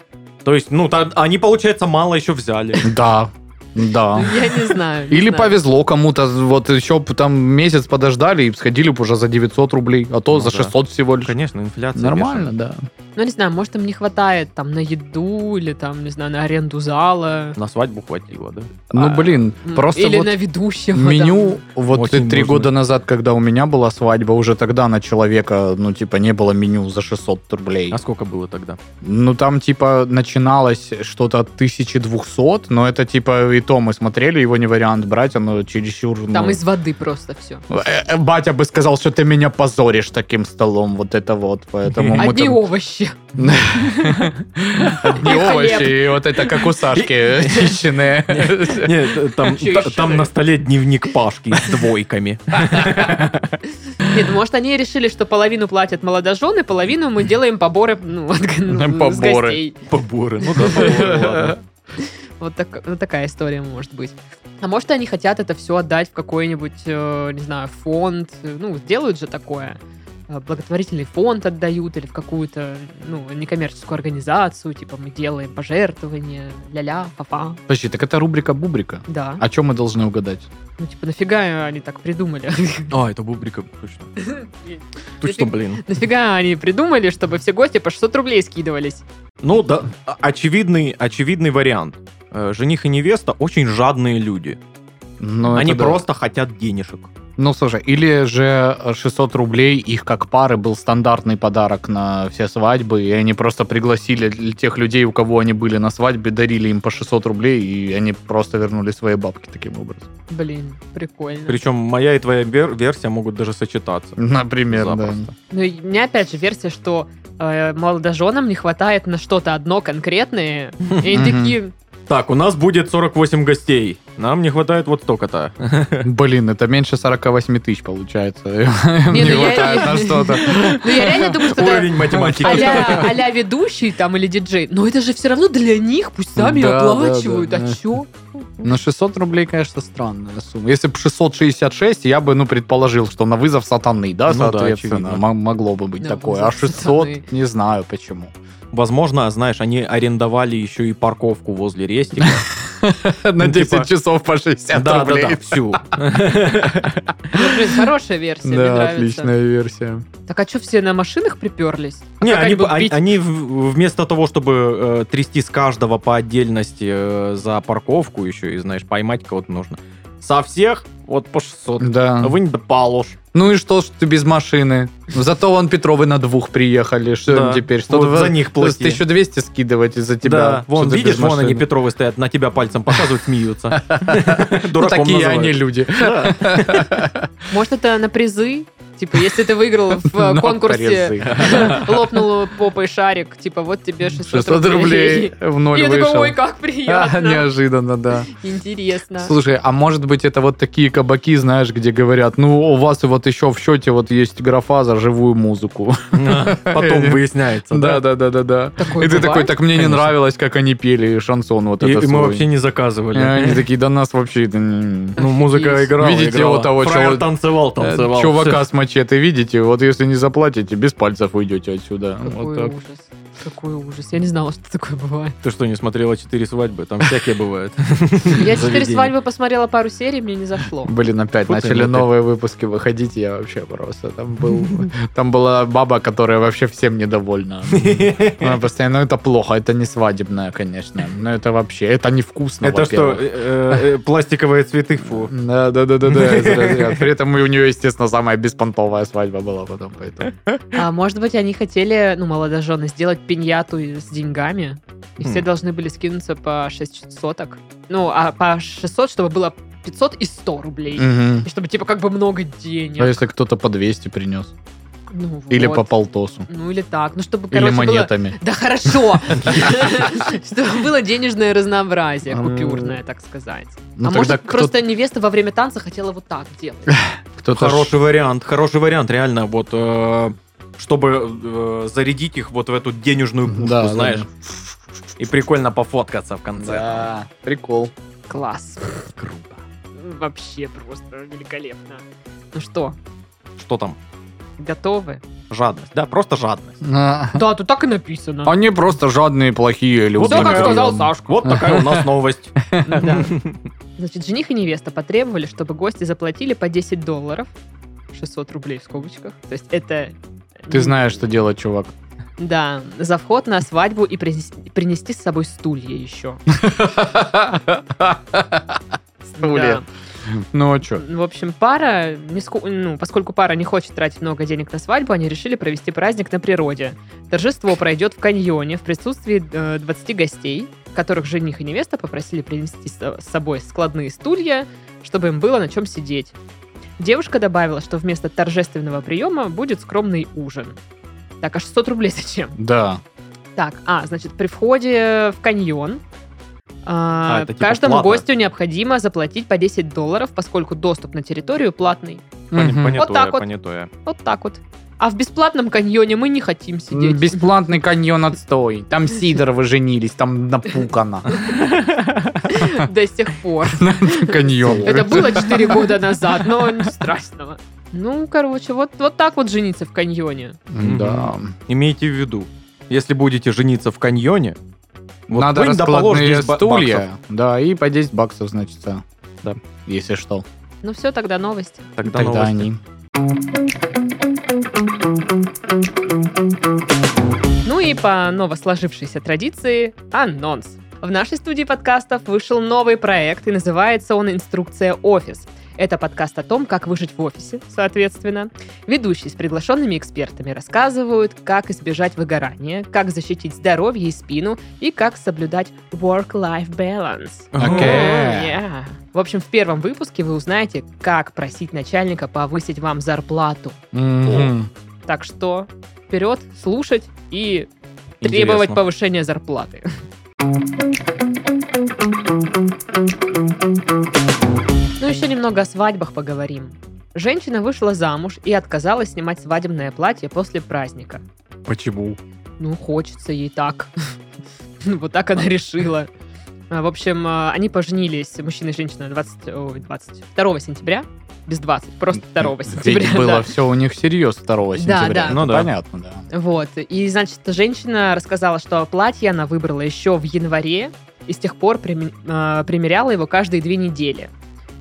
То есть, ну, та- они, получается, мало еще взяли.
Да, да.
Ну, Я не знаю. [laughs] не
Или
знаю.
повезло кому-то, вот еще б там месяц подождали и сходили бы уже за 900 рублей, а то
Ну
за
да.
600 всего лишь.
[laughs] Конечно, инфляция.
Нормально, да.
Ну, не знаю, может, им не хватает там на еду или там, не знаю, на аренду зала.
бешеная. На свадьбу хватило, да?
Ну,
А,
блин,
М,
просто
Или
вот
на ведущего.
меню, вот
Очень
три
нужно.
года назад, когда у меня была свадьба, уже тогда на человека, ну, типа, не было меню за 600 рублей.
А сколько было [laughs] тогда?
Ну, там, типа, начиналось что-то от 1200, но это, типа, и то мы смотрели, его не вариант брать, оно чересчур...
Там, там
ну,
из воды просто все.
э, э, Батя бы сказал, что ты меня позоришь таким столом, вот это вот, поэтому мы
Одни
там-
овощи. овощи.
Одни
И хлеб.
овощи, и вот это как у Сашки чищенные.
Нет, э, там,
Чё
та-
еще?
там на столе дневник Пашки с двойками.
Нет, ну, может, они решили, что половину платят молодожены, половину мы делаем поборы, ну, [laughs] от, ну, с
Поборы.
гостей.
[laughs] Поборы. Ну да, поборы, ладно.
Вот, так- вот такая история может быть. А может, они хотят это все отдать в какой-нибудь, э, не знаю, фонд. Ну, делают же такое. Э, Благотворительный фонд отдают или в какую-то, ну, некоммерческую организацию. Типа, мы делаем пожертвования, ля-ля, фа-фа.
Подожди, так это рубрика-бубрика.
Да.
О чем мы должны угадать?
Ну, типа, нафига они так придумали? [laughs]
А, это бубрика, точно. Точно, блин.
Нафига они придумали, чтобы все гости по 600 рублей скидывались?
Ну да, о- очевидный, очевидный вариант. Э, Жених и невеста очень жадные люди.
Ну,
Они
это да.
просто хотят денежек.
Ну, слушай, или же э, 600 рублей, их как пары, был стандартный подарок на все свадьбы, и они просто пригласили л- тех людей, у кого они были на свадьбе, дарили им по 600 рублей, и они просто вернули свои бабки таким образом. [laughs]
Блин, прикольно.
Причем моя и твоя вер- версия могут даже сочетаться.
Например, да.
Запросто.
Ну, и у меня опять же версия, что э, молодоженам не хватает на что-то одно конкретное. И они
Мгм.
такие,
Так, у нас будет 48 гостей. Нам не хватает вот столько-то.
[laughs] Блин, это меньше 48 тысяч получается. [laughs]
Не,
Не
ну я-
хватает на что-то.
ну я реально думаю, что это
Уровень математики.
а-ля, а-ля ведущий там или диджей. Но это же все равно для них, пусть сами
Да, да,
оплачивают.
да,
а
да.
чё?
На 600 Ну, рублей, конечно, странная сумма. Если бы 666, я бы, ну, предположил, что на вызов сатаны, да,
Ну да,
соответственно,
очевидно.
м- могло бы быть
На
такое.
вызов
А 600,
сатаны.
не знаю почему.
Возможно, знаешь, они арендовали еще и парковку возле рестика.
[laughs] На
Ну,
10
типа-
часов по 60
Да, да, да,
рублей.
всю.
Ну, блин, Хорошая версия, мне
Да,
нравится.
отличная версия.
Так а что все на машинах приперлись?
Не,
как
они,
они будут
они-
бить?
они в- вместо того, чтобы э, трясти с каждого по отдельности э, за парковку еще и, знаешь, поймать кого-то нужно. Со всех вот по 600.
Да.
Вы не дополож.
А Ну и что, что ты без машины? Зато вон Петровы на двух приехали. Что
Да.
им теперь? Что
Вот за них плати.
1200 скидывать из-за тебя.
Да, вон,
Что ты без
видишь, вон они,
машины?
Петровы стоят, на тебя пальцем показывают, смеются.
Ну,
[laughs] Дураком
такие
называют.
они люди.
Да.
Может, это на призы? Типа, если ты
[laughs]
выиграл в э,
На
конкурсе,
призы.
[laughs] лопнул попой шарик, типа, вот тебе
600 рублей
[laughs]
в
И
ноль
я такой,
вышел. [laughs]
ой, как
А,
приятно.
Неожиданно, да.
Интересно.
Слушай, а может быть это вот такие кабаки, знаешь, где говорят, ну у вас вот еще в счете вот есть графа за живую музыку.
Потом выясняется.
Э, Да, да, да, да, да.
Такое
И ты такой,
бывает?
так мне не
Конечно.
нравилось, как они пели шансон вот
И
это
и мы
свой».
вообще не
И Они
заказывали.
такие, да нас вообще... это не-
Ну, музыка
Офигеть.
играла,
Видите
играла.
вот того
Фраер
чела-
танцевал,
Э,
танцевал.
Чувака с мачете, видите? Вот если не заплатите, без пальцев уйдете отсюда.
Какой
Вот так.
ужас. Какой ужас. Я не знала, что такое бывает.
Ты что, не смотрела «Четыре свадьбы»? Там всякие бывают. [laughs]
Я
Заведение.
«Четыре свадьбы» посмотрела пару серий, мне не зашло.
Блин, опять
Фу ты,
начали
ну ты.
новые выпуски выходить, я вообще просто... Там, был, [laughs] там была баба, которая вообще
[laughs]
всем недовольна. Она постоянно, ну это плохо, это не свадебное, конечно. Но это вообще, это невкусно,
Это что,
Ну, во-первых.
э, э, э, пластиковые цветы, фу.
Да, да, да, да,
[laughs]
да, из разряда. При этом и у нее, естественно, самая беспонтовая свадьба была потом, поэтому.
А может быть, они хотели, ну, молодожены, сделать пиньяту и- с деньгами, и все
Хм.
должны были скинуться по 6 соток. Ну, а по 600, чтобы было 500 и 100 рублей. И чтобы, типа, как бы много денег.
А если кто-то по 200 принес?
Ну,
Или
вот.
по полтосу?
Ну, или так. Ну, чтобы,
Или
короче, было...
монетами?
Да
[laughs]
хорошо! Чтобы было денежное разнообразие,
М.
купюрное, так сказать.
Ну
а
тогда
может,
кто-
просто невеста во время танца хотела вот так делать.
кто-то... ж-
Хороший вариант, хороший вариант, реально, вот... э, чтобы э, зарядить их вот в эту денежную пушку,
Да, да,
знаешь,
да.
и прикольно пофоткаться в конце.
Да, прикол. [laughs]
Класс.
Круто.
Вообще просто великолепно. Ну что,
Что там?
готовы?
Жадность, да, просто жадность.
А, Ну,
Да, тут так и написано.
Они просто жадные, плохие люди.
Вот так, как сказал
[laughs]
Сашка.
Вот такая у нас новость.
Значит, жених и невеста потребовали, чтобы гости заплатили по 10 долларов. 600 рублей в скобочках. То есть это...
Ты знаешь, что делать, чувак.
Да, за вход на свадьбу и принес- принести с собой стулья еще.
Стулья. Ну, а что?
В общем, пара, не ску- ну, поскольку пара не хочет тратить много денег на свадьбу, они решили провести праздник на природе. Торжество пройдет в каньоне в присутствии э, 20 гостей, которых жених и невеста попросили принести со- с собой складные стулья, чтобы им было на чем сидеть. Девушка добавила, что вместо торжественного приема будет скромный ужин. Так, а 600 рублей зачем?
Да.
Так, а, значит, при входе в каньон а,
А, это типа
каждому
плата.
гостю необходимо заплатить по 10 долларов, поскольку доступ на территорию платный.
Пони-
Мгм.
Понятое,
Вот так вот.
понятое.
Вот так вот. А в бесплатном каньоне мы не хотим сидеть.
Бесплатный каньон отстой. [laughs] Там Сидоровы женились, там [laughs] напукано.
[laughs] До сих пор.
[laughs] Каньон.
Это было 4 года назад, но ничего страшного. Ну, короче, вот, вот так вот жениться в каньоне.
Да.
Имейте в виду, если будете жениться в каньоне, вот
Надо
вынь да положь
раскладные
10 ба- баксов.
стулья. Да, и по 10 баксов, значит, да.
Да.
Если что.
Ну все, тогда новости.
Тогда,
Тогда
новости.
они.
Ну и по новосложившейся традиции анонс. В нашей студии подкастов вышел новый проект, и называется он «Инструкция офис». Это подкаст о том, как выжить в офисе, соответственно. Ведущие с приглашенными экспертами рассказывают, как избежать выгорания, как защитить здоровье и спину, и как соблюдать work-life balance.
Окей.
Yeah. В общем, в первом выпуске вы узнаете, как просить начальника повысить вам зарплату.
Мгм.
Так что вперед, слушать и
Интересно.
требовать повышения зарплаты. Ну, еще немного о свадьбах поговорим. Женщина вышла замуж и отказалась снимать свадебное платье после праздника.
Почему?
Ну, хочется ей так. [laughs] Ну, Вот так она решила. А, В общем, а, они поженились, мужчина и женщина, 20, ой, 22 сентября. Без 20, просто 2 сентября.
Ведь
[laughs] да.
было все у них серьез 2
Да,
сентября.
да.
Ну
Ну
да.
Понятно, да.
Вот. И, значит, женщина рассказала, что платье она выбрала еще в январе, и с тех пор прими- э, примеряла его каждые две недели.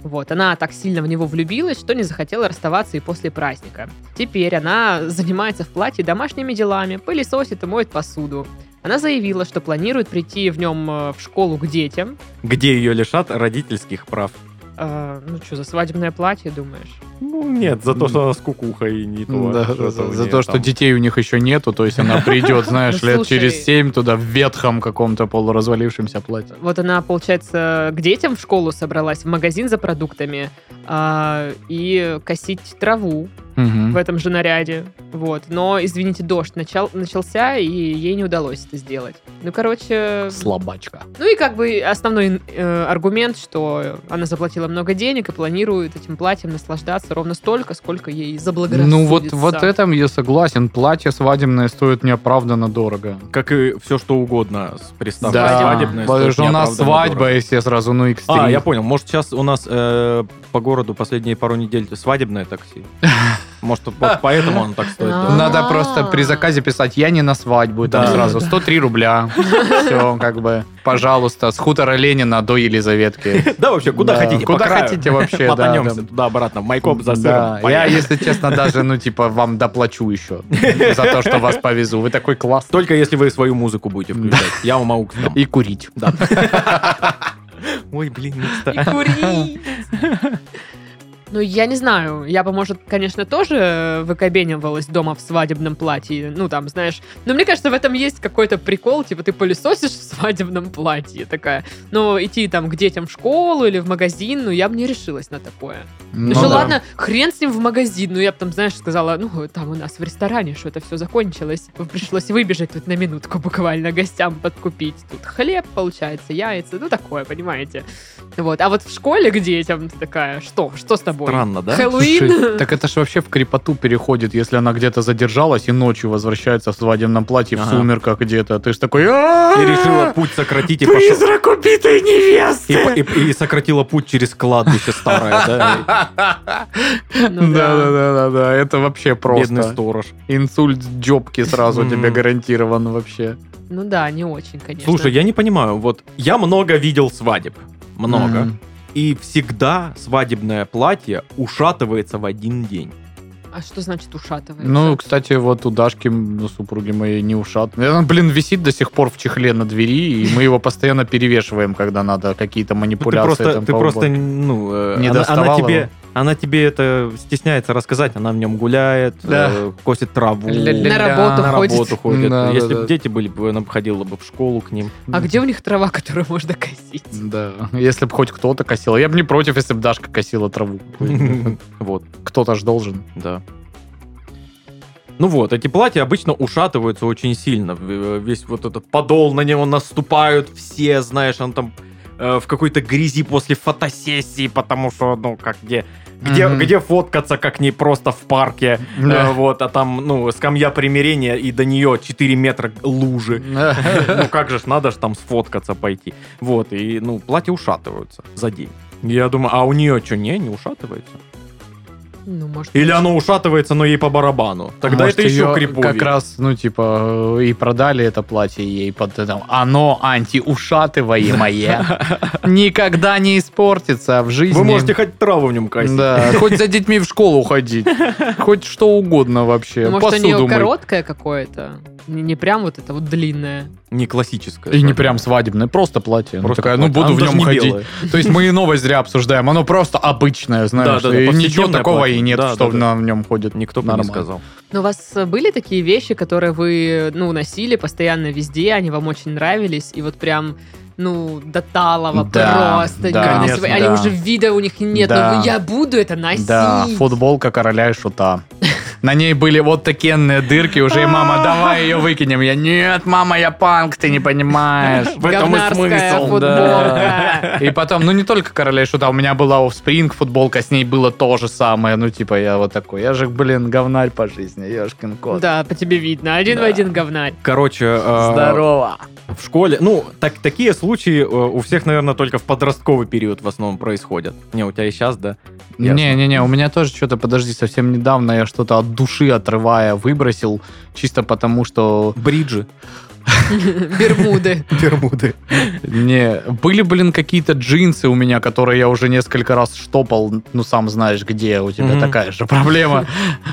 Вот, она так сильно в него влюбилась, что не захотела расставаться и после праздника. Теперь она занимается в платье домашними делами, пылесосит и моет посуду. Она заявила, что планирует прийти в нем э, в школу к детям.
Где ее лишат родительских прав?
Э, ну что, за свадебное платье, думаешь?
Ну, нет, за то, что она скукуха и не то.
Ну Да,
что-то
за
у
за
нее
то, что
там.
детей у них еще нету, то есть
[laughs]
она придет, знаешь,
Ну,
лет
слушай.
через семь туда в ветхом каком-то полуразвалившемся платье.
Вот она, получается, к детям в школу собралась, в магазин за продуктами а, и косить траву в
Мгм.
этом же наряде. Вот. Но, извините, дождь начал, начался, и ей не удалось это сделать. Ну, короче...
Слабачка.
Ну и как бы основной э, аргумент, что она заплатила много денег и планирует этим платьем наслаждаться ровно столько, сколько ей заблагорассудится.
Ну вот, вот этом я согласен. Платье свадебное стоит неоправданно дорого.
Как и все, что угодно с приставкой
Да,
свадебное.
потому
стоит
что у нас
неоправданно
свадьба,
дорого.
если сразу, ну, x
А, я понял. Может, сейчас у нас э, по городу последние пару недель свадебное такси? Может,
[laughs]
вот поэтому оно так стоит?
А.
дорого?
Надо
А-а-а.
просто при заказе писать «я не на свадьбу», и там
Да.
сразу 103 рубля. Все, как бы, пожалуйста, с хутора Ленина до Елизаветки.
Да, вообще, куда
Да,
хотите,
Куда
по краю.
хотите вообще, да,
Мотанемся
да.
туда-обратно, майкоп за
Да,
сыром.
я,
Поехали.
если честно, даже, ну, типа, вам доплачу еще за то, что вас повезу. Вы такой классный.
Только если вы свою музыку будете включать. Я у Маук там.
И курить. [laughs]
Ой, блин,
[laughs] И курить. Ну, я не знаю. Я бы, может, конечно, тоже выкобенивалась дома в свадебном платье. Ну, там, знаешь... Но мне кажется, в этом есть какой-то прикол. Типа, ты пылесосишь в свадебном платье такая. Но идти там к детям в школу или в магазин, ну, я бы не решилась на такое.
Ну
Ну, еще
да.
ладно, хрен с ним в магазин. Ну, я бы там, знаешь, сказала, ну, там у нас в ресторане что-то все закончилось. Пришлось выбежать тут на минутку буквально гостям подкупить. Тут хлеб, получается, яйца, ну, такое, понимаете. Вот, а вот в школе к детям ты такая, что, что с тобой?
Странно, да?
[laughs]
Слушай,
Хэллоуин?
так это же вообще в крепоту переходит, если она где-то задержалась и ночью возвращается в свадебном платье в
Ага.
сумерках где-то. Ты же такой...
И решила путь сократить и пошла.
Призрак убитой невесты!
И, по- и- и сократила путь через кладбище старое, [laughs] да?
Ну
да, да,
да.
да, да, да. Это вообще
Бедный
просто.
сторож.
Инсульт джобки сразу
Мгм.
тебе гарантирован вообще.
Ну да, не очень, конечно.
Слушай, я не понимаю, вот я много видел свадеб. Много.
Мгм.
И всегда свадебное платье ушатывается в один день.
А что значит ушатывается?
Ну, кстати, вот у Дашки, м, супруги моей, не ушат. Он, блин, висит до сих пор в чехле на двери, и мы его постоянно перевешиваем, когда надо какие-то
Ну, Ты
манипуляции.
просто,
там
ты
по
просто,
уборке.
ну, э,
Не
она, она
доставала его.
тебе, она тебе это стесняется рассказать, она в нем гуляет,
Да.
э, косит траву,
На
Ля-ля-ля.
работу
на
ходит.
работу ходит.
Да, да,
Если
да.
бы дети были, бы, она бы ходила бы в школу к ним.
А где у них трава, которую можно косить?
Да, если бы хоть кто-то косил. Я бы не против, если
[laughs]
бы Дашка косила траву.
[laughs] Вот,
Кто-то ж должен.
да. Ну вот, эти платья обычно ушатываются очень сильно. В- э, Весь вот этот подол, на него наступают все, знаешь, он там э, в какой-то грязи после фотосессии, потому что, ну, как где... Где,
Мгм.
где фоткаться, как не просто в парке, э, [laughs]
[laughs]
вот, а там, ну, скамья примирения, и до нее 4 метра лужи. Ну как же ж, надо ж там сфоткаться пойти. Вот, и, ну, платья ушатываются за день. Я думаю, а у нее что, не, не ушатывается?
Ну, может,
Или оно ушатывается, но ей по барабану? Тогда
Может,
это еще
её
криповее.
Как раз, ну, типа, э, и продали это платье ей под э, там, оно
[laughs]
антиушатываемое. Никогда не испортится в жизни.
Вы можете хоть траву в нем косить.
Да, хоть за детьми в школу
[laughs]
ходить. Хоть что угодно вообще.
Ну, может у
Посуду
нее
мыть.
короткое какое-то? Не, не прям вот это вот длинное.
Не классическое.
И не прям свадебное, просто платье. Ну,
Просто
такая,
платье.
ну буду
Оно
в
даже
нем
не
ходить.
белое.
То есть мы и новость зря обсуждаем. Оно просто обычное, знаешь.
Да, да, да,
и ничего
повседневное
такого
платье.
и нет,
Да,
что
да,
на в нем ходит.
Никто бы не
Нормально.
сказал.
Но у вас э, были такие вещи, которые вы, ну, носили постоянно везде, они вам очень нравились, и вот прям, ну, до талого
Да,
просто.
да,
не
конечно,
выносив- Они
да.
уже вида у них нет,
Да.
но я буду это носить.
Да, футболка короля и шута. На ней были вот такенные дырки уже, и мама, давай ее выкинем. Я, нет, мама, я панк, ты не понимаешь.
В этом и
Говнарская
смысл,
футболка.
И потом, ну не только короля и шута, у меня была офспринг футболка, с ней было то же самое. Ну типа я вот такой, я же, блин, говнарь по жизни, ешкин кот.
Да, по тебе видно. Один в
Да.
один говнарь.
Короче, э,
Здорово.
в школе, ну, так, такие случаи э, у всех, наверное, только в подростковый период в основном происходят. Не, у тебя и сейчас, да? Ясно.
Не-не-не, у меня тоже что-то, подожди, совсем недавно я что-то от души отрывая выбросил, чисто потому что
Бриджи.
Бермуды.
Бермуды.
не... Были, блин, какие-то джинсы у меня, которые я уже несколько раз штопал, ну сам знаешь где, у тебя
Мгм.
такая же проблема.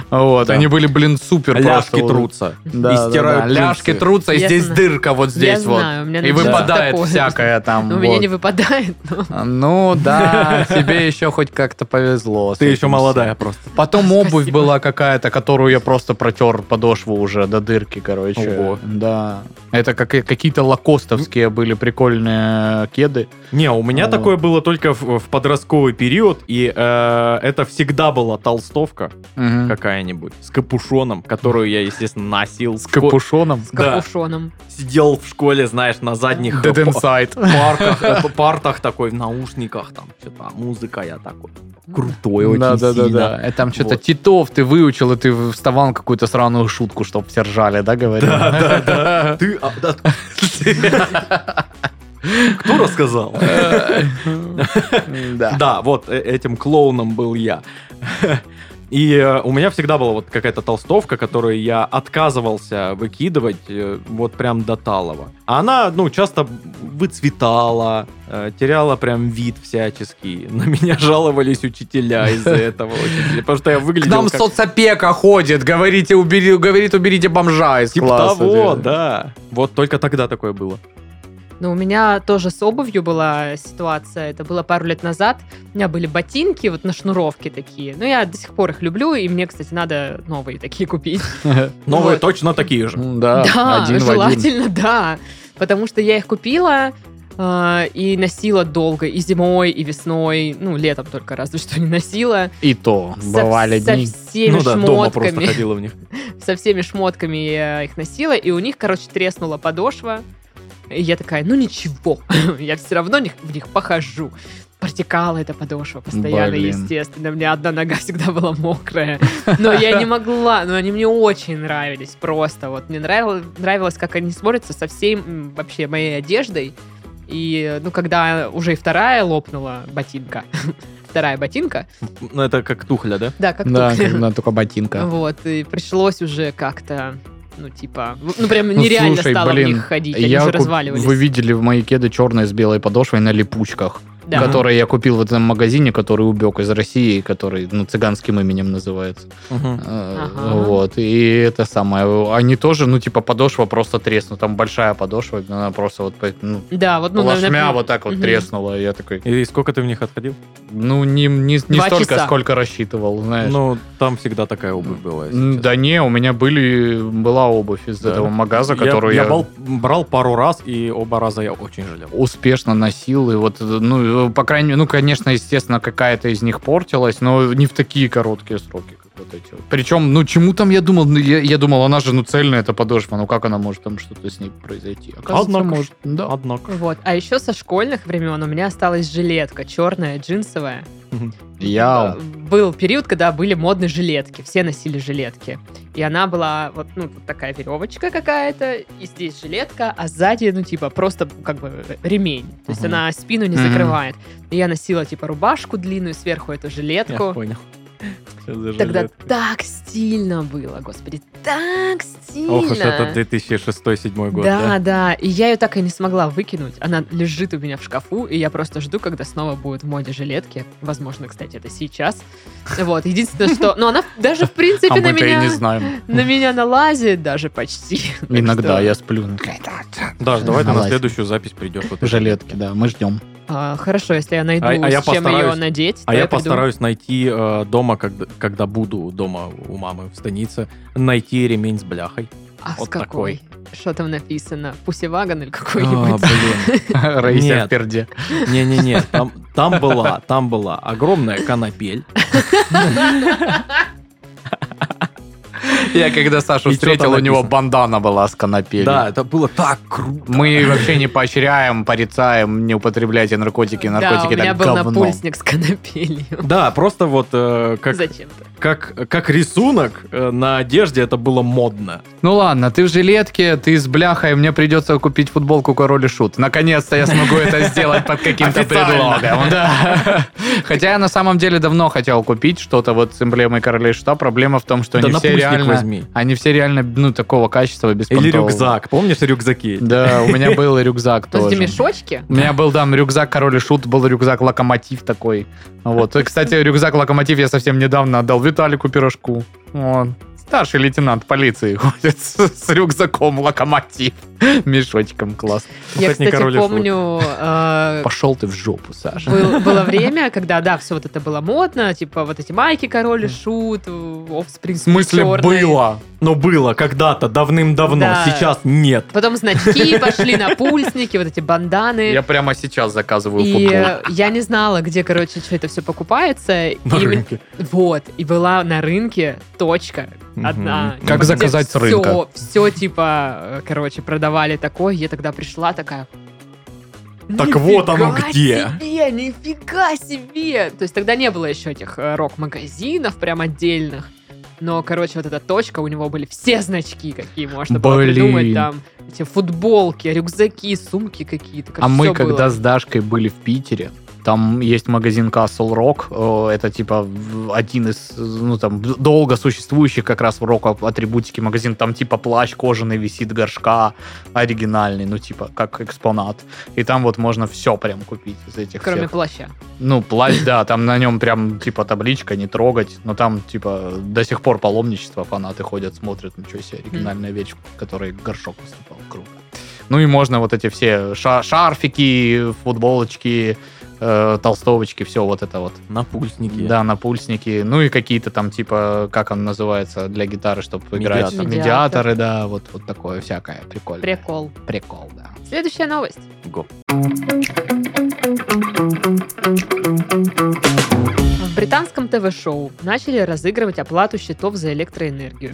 Вот,
Да.
они были, блин, супер
Ляшки
просто.
трутся.
Да,
И
да,
стирают
да.
джинсы.
Ляшки трутся, и
Я
здесь
знаю.
дырка вот
Я
здесь вот.
знаю, у меня
И
началось
выпадает
такое.
всякое там.
Ну, У меня
вот.
не выпадает, но [laughs]
Ну да, тебе еще хоть как-то повезло. с
Ты
этим
еще
всем.
молодая просто.
Потом обувь
Спасибо.
была какая-то, которую я просто протер подошву уже до дырки, короче.
Ого.
Да. Ну. Это как, э, какие-то лакостовские были прикольные кеды.
Не, у меня
Вот.
такое было только в, в подростковый период, и э, это всегда была толстовка какая-нибудь с капюшоном, которую я, естественно, носил.
С капушоном.
с
Да.
капюшоном.
Сидел в школе, знаешь, на задних
Dead
па-
Inside.
парках, э, партах такой, в наушниках, там что-то, музыка я такой. Крутой очень
Да, да, да,
сильно.
да. Э, Там что-то
Вот.
Титов ты выучил, и ты вставал на какую-то сраную шутку, чтоб все ржали, да, говорил?
Да, да. Ты... а, да. [laughs]
[laughs]
Кто рассказал?
[laughs] Да.
Да, вот э- этим клоуном был я. [laughs] И э, у меня всегда была вот какая-то толстовка, которую я отказывался выкидывать э, вот прям до талого. А Она, ну, часто выцветала, э, теряла прям вид всяческий. [laughs] На меня жаловались учителя
[laughs]
из-за этого очень сильно, потому что я
К
выглядел
нам
как-
соцопека ходит, говорите, убери, говорит, уберите бомжа из
Типа
класса.
того, да. Вот только тогда такое было.
Но у меня тоже с обувью была ситуация. Это было пару лет назад. У меня были ботинки вот на шнуровке такие. Но я до сих пор их люблю, и мне, кстати, надо новые такие купить.
Новые
Ну
Вот.
точно такие же.
М, Да,
[laughs] Да,
А, один в один.
желательно, да. Потому что я их купила э, и носила долго, и зимой, и весной, ну, летом только разве что не носила.
И то,
Со-
бывали
со,
дни.
всеми
ну да, дома просто
шмотками.
ходила в них.
со всеми шмотками я их носила, и у них, короче, треснула подошва. И я такая, ну ничего, [laughs] я все равно них- в них похожу. Протекала эта подошва постоянно,
Блин.
естественно. У меня одна нога [laughs] всегда была мокрая. Но я не могла, но они мне очень нравились просто. Вот мне нравилось, нравилось, как они смотрятся со всей м, вообще моей одеждой. И, ну, когда уже и вторая лопнула ботинка, [laughs] вторая ботинка,
Ну, это как тухля, да?
да, как
Да,
только- [laughs] Ну,
когда только ботинка.
вот, и пришлось уже как-то, ну, типа, ну, ну, прям нереально
слушай,
стало
блин,
в них ходить, они
Я
уже
куп-
разваливались.
Вы видели в мои кеды черные с белой подошвой на липучках,
Да.
которые я купил в этом магазине, который убег из России, который ну, цыганским именем называется. Э,
Ага.
Вот, и это самое. Они тоже, ну, типа, подошва просто треснула. Там большая подошва, она просто вот, ну,
Да, вот, ну,
плашмя
наверное,
вот так вот
Мгм.
треснула. И я такой,
И сколько ты в них отходил?
ну, не, не, не
Два
столько,
часа.
сколько рассчитывал, знаешь.
Ну, там всегда такая обувь была. если
М,
честно.
да не, у меня были, была обувь из
Да.
этого магаза,
Я-
которую я,
я бал- брал пару раз, и оба раза я очень жалел.
ну, вот эти вот. Причем, ну чему там я думал? Ну, я, я думал, она же ну цельная эта подошва, ну как она может там что-то с ней произойти? Оказывается,
Однако ж.
может. Да.
Однако.
Вот. А еще со школьных времен у меня осталась жилетка черная, джинсовая.
Я.
Э, Был период, когда были модные жилетки. Все носили жилетки. И она была вот, ну, тут такая веревочка какая-то, и здесь жилетка, а сзади, ну, типа, просто как бы ремень. То есть
Мгм.
она спину не
Мгм.
закрывает. И я носила, типа, рубашку длинную, сверху эту жилетку.
понял. Сейчас за
Тогда
жилетку.
так стильно было, господи, так стильно.
Ох уж это 2006-2007 год,
да,
да?
да, И я ее так и не смогла выкинуть. Она лежит у меня в шкафу, и я просто жду, когда снова будет в моде жилетки. Возможно, кстати, это сейчас. Вот, единственное, что... Но она даже, в
А
принципе, на
мы-то и не
меня...
знаем.
На меня налазит даже почти. Так
Иногда
что,
я сплю.
Даш, давай ты на
Налазь.
следующую запись придешь. вот это.
Жилетки, да, мы ждем.
а, хорошо, если я найду,
А- а я
с чем ее
постараюсь.
надеть.
А
то
я
приду.
постараюсь найти э, дома, когда, когда буду дома у мамы в станице, найти ремень с
[laughs]
бляхой.
А с
вот
какой? Что там написано? Пусеваган или
А,
какой-нибудь?
блин.
[laughs] Раиса
Нет.
в перде.
Не-не-не, там, там была, там была огромная канапель.
[laughs] Я когда Сашу
И чё там
встретил, у него
написано?
бандана была с конопелью.
Да, это было так круто.
Мы вообще не поощряем, порицаем, не употребляйте наркотики,
Да, у
наркотики
меня
так
был
говно.
напульсник с конопелью.
Да, просто вот э, как,
Зачем-то.
как, как рисунок э, на одежде это было модно.
Ну ладно, ты в жилетке, ты с бляхой, мне придется купить футболку король и шут. Наконец-то
[laughs]
я смогу это сделать под каким-то
Официально.
предлогом. да. [laughs] Хотя я на самом деле давно хотел купить что-то вот с эмблемой короля и шута. Проблема в том, что
да
они все
напульсник
реально...
возьми.
Они все реально, ну, такого качества, без
Или
понтового.
рюкзак. Помнишь рюкзаки?
Да, у меня был и рюкзак
То есть
тоже.
мешочки?
У меня был, там рюкзак Король и Шут, был рюкзак Локомотив такой. Вот. И, кстати, рюкзак Локомотив я совсем недавно отдал Виталику Пирожку. Он старший лейтенант полиции [laughs] ходит с, с рюкзаком Локомотив. [laughs] Мешочком, классно.
Ну,
Я,
хоть не король
кстати,
и шут.
помню, э,
Пошел ты в жопу, Саша.
был- было время, когда, да, все вот это было модно, типа вот эти майки король и шут, офспринг.
В смысле было?
Но было когда-то, давным-давно,
Да.
сейчас нет.
Потом
[laughs]
значки пошли, напульсники, вот эти банданы.
Я прямо сейчас заказываю
И
футбол.
э, я не знала, где, короче, что это все покупается. И
На
мне-
рынке.
Вот, и была на рынке точка
Мгм.
одна.
Как заказать с
все,
рынка?
Все, типа, э, короче, продавали такое. Я тогда пришла такая...
Так вот оно
«Нифига
где».
себе, нифига себе! То есть тогда не было еще этих э, рок-магазинов прям отдельных. Но, короче, вот эта точка, у него были все значки, какие можно было
Блин.
придумать. Там эти футболки, рюкзаки, сумки какие-то.
А
короче,
мы
всё было.
когда с Дашкой были в Питере, там есть магазин Castle Rock, э, это типа в- один из, э, ну там, д- долго существующих как раз в рок-атрибутике магазин, там типа плащ кожаный висит, горшка оригинальный, ну типа как экспонат. И там вот можно все прям купить из этих
Кроме
всех.
плаща.
Ну, плащ, да, там на нем прям типа табличка не трогать, но там типа до сих пор паломничество, фанаты ходят, смотрят, ничего себе, оригинальная вещь, в которой горшок выступал, круто. Ну и можно вот эти все ша- шарфики, футболочки, э, толстовочки, все вот это вот.
Напульсники.
Да, напульсники, ну и какие-то там типа, как он называется, для гитары, чтобы играть.
Медиатор.
Медиаторы, да, вот, вот такое всякое, прикольно.
Прикол.
Прикол, да.
Следующая новость.
Го.
В британском ТВ-шоу начали разыгрывать оплату счетов за электроэнергию.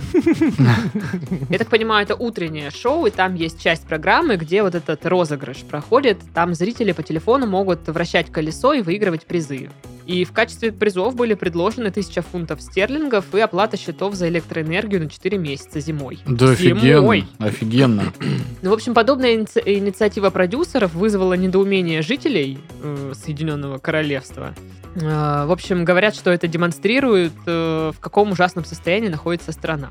Я так понимаю, это утреннее шоу, и там есть часть программы, где вот этот розыгрыш проходит. Там зрители по телефону могут вращать колесо и выигрывать призы. И в качестве призов были предложены 1000 фунтов стерлингов и оплата счетов за электроэнергию на 4 месяца зимой.
Да
Зимой.
офигенно.
Ну, в общем, подобная иници- инициатива продюсеров вызвала недоумение жителей э, Соединенного Королевства. Э, в общем, говорят, что это демонстрирует, э, в каком ужасном состоянии находится страна.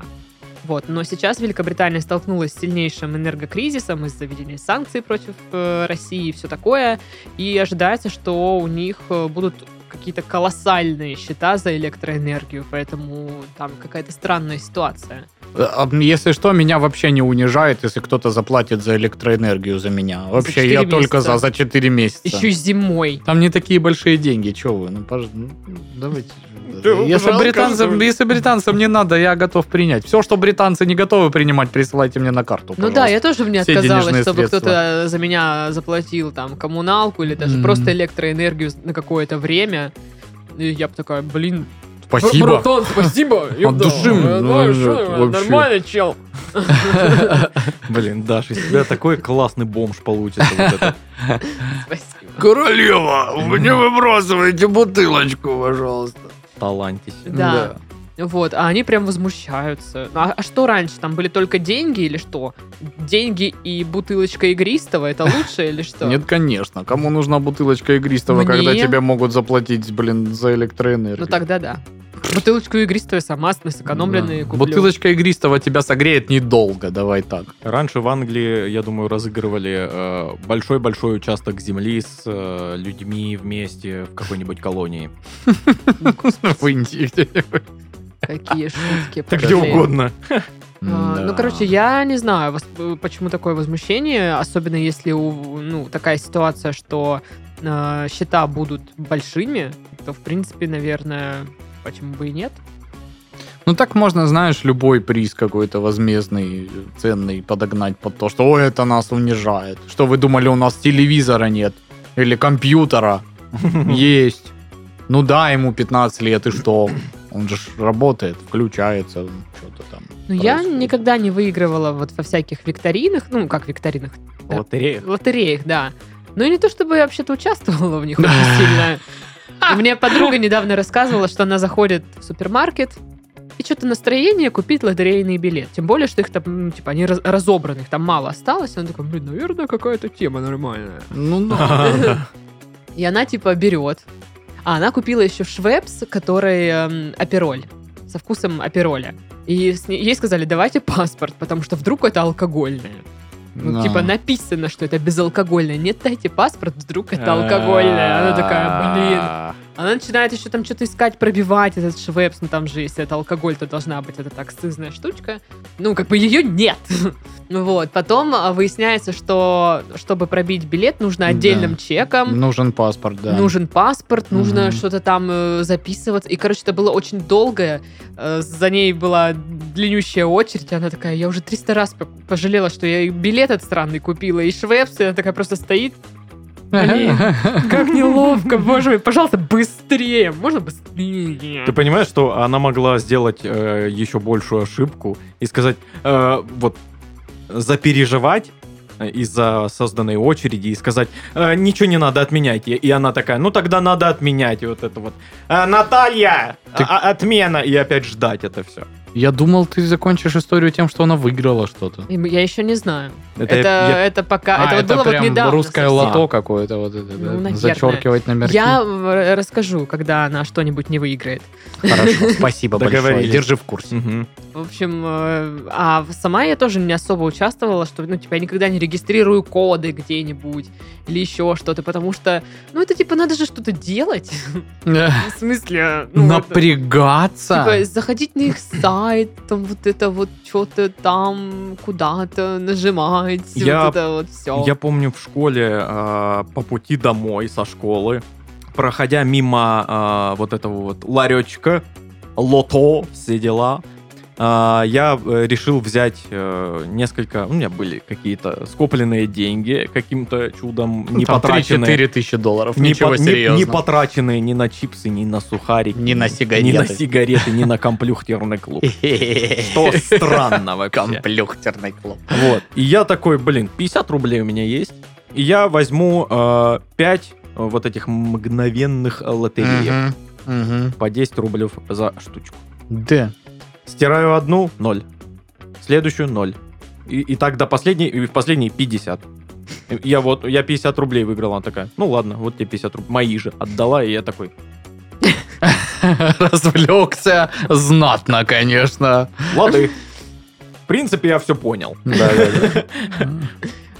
Вот. Но сейчас Великобритания столкнулась с сильнейшим энергокризисом из-за введения санкций против э, России и все такое. И ожидается, что у них э, будут какие-то колоссальные счета за электроэнергию, поэтому там какая-то странная ситуация.
А, Если что, меня вообще не унижает, если кто-то заплатит за электроэнергию за меня. Вообще,
четыре
я только
месяца.
за, за 4 месяца.
Еще и зимой.
Там не такие большие деньги, че вы? Ну, пож- ну, давайте.
Да,
если,
пожалуй,
британцам,
каждый-
если британцам не надо, я готов принять. Все, что британцы не готовы принимать, присылайте мне на карту.
Ну да, я тоже мне
Все
отказалась,
денежные
чтобы
средства.
кто-то за меня заплатил там коммуналку или даже
М.
просто электроэнергию на какое-то время. И я бы такая, блин,
Спасибо.
Братан, спасибо. ёпта.
души мне,
Ну,
ну,
что,
вообще.
Нормально, чел.
Блин, Даш, из тебя такой классный бомж получится. вот это.
Спасибо.
Королева, мне выбрасывайте бутылочку, пожалуйста.
Талантись.
[laughs]
ну
Да. Вот, а они прям возмущаются. А, а что раньше, там были только деньги или что? Деньги и бутылочка игристого,
[laughs]
это лучше или что?
Нет, конечно. Кому нужна бутылочка игристого,
Мне?
когда тебе могут заплатить, блин, за
Ну
электроэнергию?
тогда да. Бутылочку игристого я сама на сэкономленные
Да.
куплю.
Бутылочка игристого тебя согреет недолго, давай так. [laughs]
Раньше в Англии, я думаю, разыгрывали э, большой-большой участок земли с э, людьми вместе в какой-нибудь колонии.
[laughs] В Индии где-нибудь.
Какие шутки.
Да где
пошли.
угодно.
А,
М-да.
Ну, короче, я не знаю, вос- э, почему такое возмущение, особенно если у- ну, такая ситуация, что э, счета будут большими, то, в принципе, наверное, почему бы и нет.
Ну так можно, знаешь, любой приз какой-то возмездный, ценный подогнать под то, что ой, это нас унижает. Что вы думали, у нас телевизора нет? Или компьютера? Есть. Ну да, ему 15 лет, и что? Он же ж работает, включается, что-то там.
Но Ну, я
происходит.
никогда не выигрывала вот во всяких викторинах, ну, как викторинах,
Лотерея.
лотереях, да. Но не то, чтобы я вообще-то участвовала в них очень сильно. И Мне подруга недавно рассказывала, что она заходит в супермаркет, и что-то настроение купить лотерейный билет. Тем более, что их там, ну, типа, они раз- разобраны, их там мало осталось. И она такая, блин, наверное, какая-то тема нормальная.
Ну да.
И она, типа, берет. А она купила еще швепс, который эм, апероль, со вкусом апероля. И с ней- ей сказали, давайте паспорт, потому что вдруг это алкогольное. Ну,
Да.
типа написано, что это безалкогольное. Нет, дайте паспорт, вдруг это алкогольное. Она
А.
такая, блин. Она начинает еще там что-то искать, пробивать этот швепс. Ну, там же, если это алкоголь, то должна быть эта акцизная штучка. Ну, как бы ее нет. [laughs] Вот. Потом а, выясняется, что чтобы пробить билет, нужно
Да.
отдельным чеком.
[laughs] Нужен паспорт, да. [laughs]
Нужен паспорт, нужно
Мгм.
что-то там э, записываться. И, короче, это было очень долгое. э, за ней была длиннющая очередь. И она такая, я уже 300 раз по- пожалела, что я и билет этот странный купила, и швепс. И она такая просто стоит. Блин, как неловко, боже мой, пожалуйста, быстрее. Можно быстрее?
Ты понимаешь, что она могла сделать э, еще большую ошибку и сказать, э, вот, запереживать э, из-за созданной очереди и сказать, «Э, ничего не надо, отменяйте. И она такая, ну тогда надо отменять. И вот это вот, «Э, Наталья,
Ты-
а- отмена. И опять ждать это все.
Я думал, ты закончишь историю тем, что она выиграла что-то.
Им- Я еще не знаю. Это,
я-
это пока... А, это вот было вот
А, прям
недавно.
русское
совсем.
лото какое-то вот это,
Ну,
да,
наверное.
зачеркивать номерки.
Я э, расскажу, когда она что-нибудь не выиграет.
Хорошо, спасибо большое.
Договорились.
Держи в [laughs] курсе.
Мгм.
В общем, э, а в- сама я тоже не особо участвовала, что, ну, типа, я никогда не регистрирую коды где-нибудь или еще что-то, потому что, ну, это, типа, надо же что-то делать. [laughs]
Ну,
В смысле, ну, это-
Напрягаться?
Типа, заходить на их сайт, там вот это вот что-то там куда-то нажимать,
Я-
вот это вот все.
Я помню в школе э, по пути домой со школы, проходя мимо э, вот этого вот ларечка, лото, все дела, э, я э, решил взять э, несколько, у меня были какие-то скопленные деньги, каким-то чудом не
Там
потраченные.
3-4 тысячи долларов,
Не,
ничего
по- не- не
серьезного.
потраченные ни на чипсы, ни на сухарики.
Ни на
Ни на
сигареты.
сигареты, ни на комплюхтерный
[laughs]
клуб. Что
Что [laughs]
странного вообще.
Комплюхтерный клуб.
Вот. И я такой, блин, 50 рублей у меня есть. И я возьму 5 вот этих мгновенных э, лотереек.
Мгм, мгм.
По 10 рублей за штучку.
Да.
Стираю одну, 0. Следующую, 0. И, и так до последней, и в последней 50. И Я вот, я 50 рублей выиграл, она такая, ну ладно, вот тебе 50 рублей, мои же, отдала, и я такой,
[laughs] Развлекся знатно, конечно.
лады. В принципе, я все понял.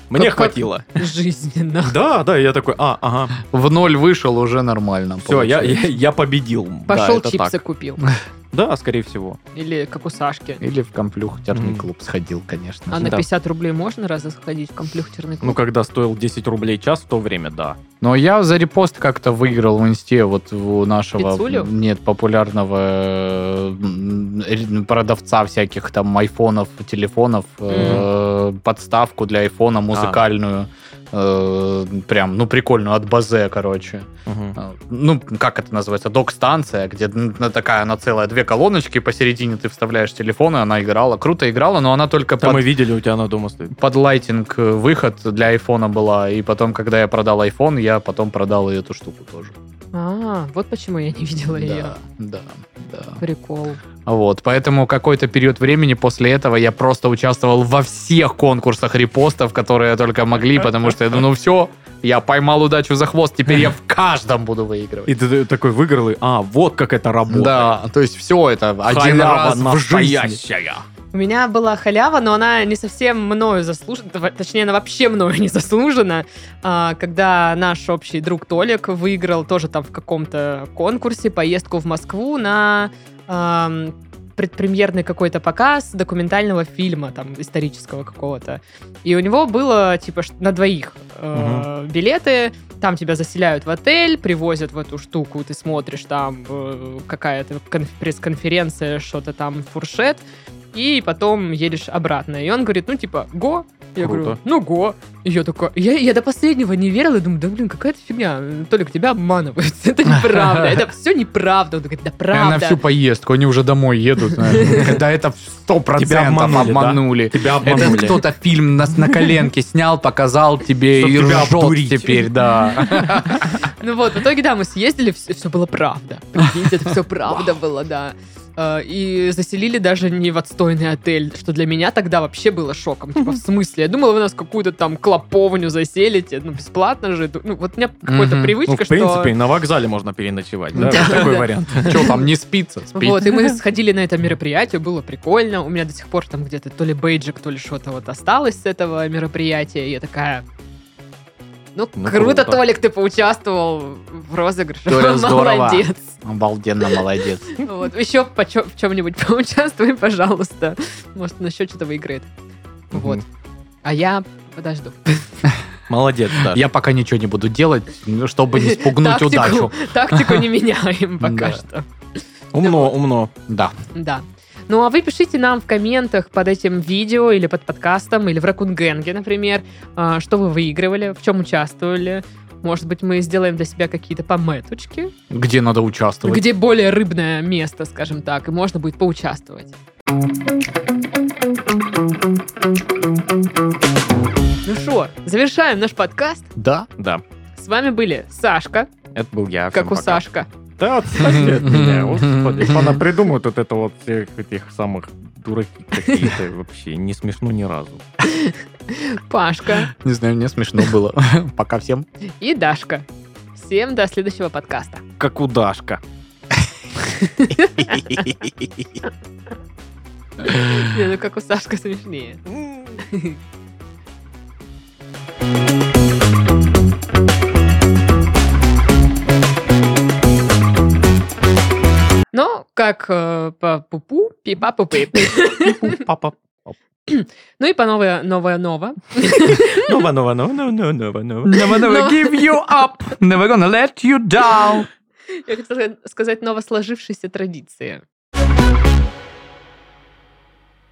Мне
Как- как-
хватило.
Жизненно.
Да, да, и я такой, а,
[laughs]
ага,
В ноль вышел, уже нормально.
все, я,
получается.
я, я победил. Да,
[laughs] Пошел
это
чипсы
так.
купил.
Да, скорее всего.
Или как у Сашки.
Или в комплюхтерный
Мгм.
клуб сходил, конечно.
А
же.
на
Да.
50 рублей можно раз сходить в компьютерный
Ну,
клуб?
когда стоил 10 рублей час, в то время, да.
Но я за репост как-то выиграл в инсте вот у нашего
Пиццулю?
нет популярного э, м, р- продавца всяких там айфонов, телефонов, э, подставку для айфона музыкальную, э, прям ну прикольную от Базе, короче.
Мгм.
Э, ну, как это называется, док-станция, где н- на такая, она целая, две колоночки, посередине ты вставляешь телефон, и она играла. Круто играла, но она только
Там
под,
мы видели, у тебя она дома стоит.
под лайтинг э, выход для айфона была, и потом, когда я продал iPhone, я потом продал и эту штуку тоже.
Ну,
А, вот почему я не [laughs] видела ее.
Да, да, да.
Прикол.
Вот, поэтому какой-то период времени после этого я просто участвовал во всех конкурсах репостов, которые только могли, потому что я думаю, ну все, я поймал удачу за хвост, теперь я в каждом буду выигрывать.
И ты такой выиграл, и, а, вот как это работает.
Да, то есть все это один
Халява
раз в жизни.
настоящая.
У меня была халява, но она не совсем мною заслужена, тв- точнее, она вообще мною не заслужена. А, когда наш общий друг Толик выиграл тоже там в каком-то конкурсе поездку в Москву на ам, предпремьерный какой-то показ документального фильма, там, исторического какого-то. И у него было, типа, ш- на двоих э, билеты, там тебя заселяют в отель, привозят в эту штуку, ты смотришь там э, какая-то конф- пресс-конференция, что-то там, фуршет, и потом едешь обратно. И он говорит, ну, типа, го. Я
Круто.
говорю, ну, го. И я такая, я, я до последнего не верила, думаю, да, блин, какая-то фигня. Толик, тебя обманывают, [laughs] это неправда, это все неправда. Он говорит, да
И
правда.
На всю поездку, они уже домой едут.
[laughs]
знаешь. Когда это в сто процентов
обманули, да?
обманули.
Тебя
Это
обманули. Ну,
кто-то фильм на, на коленке снял, показал тебе
Чтоб
и
тебя
ржет
обдурить.
теперь, [laughs] да.
Ну вот, в итоге, да, мы съездили, все, было правда. Прикиньте, это все правда было, да. Э, И заселили даже не в отстойный отель, что для меня тогда вообще было шоком. Типа, в смысле? Я думала, вы нас в какую-то там клоповню заселите, ну, бесплатно же. Ну, вот у меня какая-то
Мгм.
Ну,
привычка,
в
что...
принципе, и на вокзале можно переночевать, да?
Да,
Вот Такой
да.
вариант.
Че там, не спится? Спит.
Вот, и мы сходили на это мероприятие, было прикольно. У меня до сих пор там где-то то ли бейджик, то ли что-то вот осталось с этого мероприятия. И я такая... Ну,
Ну,
круто,
круто.
Толик, ты поучаствовал в розыгрыше. [laughs]
Толя, здорово.
Молодец.
Обалденно молодец.
Вот, еще в чем-нибудь [laughs] поучаствуй, пожалуйста. Может, он еще что-то выиграет. Вот.
Мгм.
А я подожду.
Молодец, да.
Я пока ничего не буду делать, ну, чтобы не спугнуть
Тактику- [laughs]
удачу.
Тактику не меняем пока
Да.
что.
Умно, умно.
Да.
Да. Ну, а вы пишите нам в комментах под этим видео или под подкастом, или в Ракунгенге, например, а, что вы выигрывали, в чем участвовали. Может быть, мы сделаем для себя какие-то пометочки,
Где надо участвовать.
где более рыбное место, скажем так, и можно будет поучаствовать. Ну что, завершаем наш подкаст.
Да.
Да,
С вами были Сашка,
это был я.
как
А Всем
у
пока.
Сашка.
Да, отстаньте от меня, господи. Она придумает вот это вот всех этих самых дураки [laughs] какие-то. Вообще не смешно ни разу.
Пашка
Не знаю, мне смешно было. [laughs] Пока всем.
и Дашка. Всем до следующего подкаста.
Как у [laughs] Дашка.
Не, ну как у Сашка смешнее. Но как э, по пупу, пипа пупы.
Папа.
Ну и по новое, новое, ново.
Нова, нова, нова, нова, нова, нова.
Never,
never
give you up. Never gonna let you down.
Я хотела сказать новосложившейся традиции.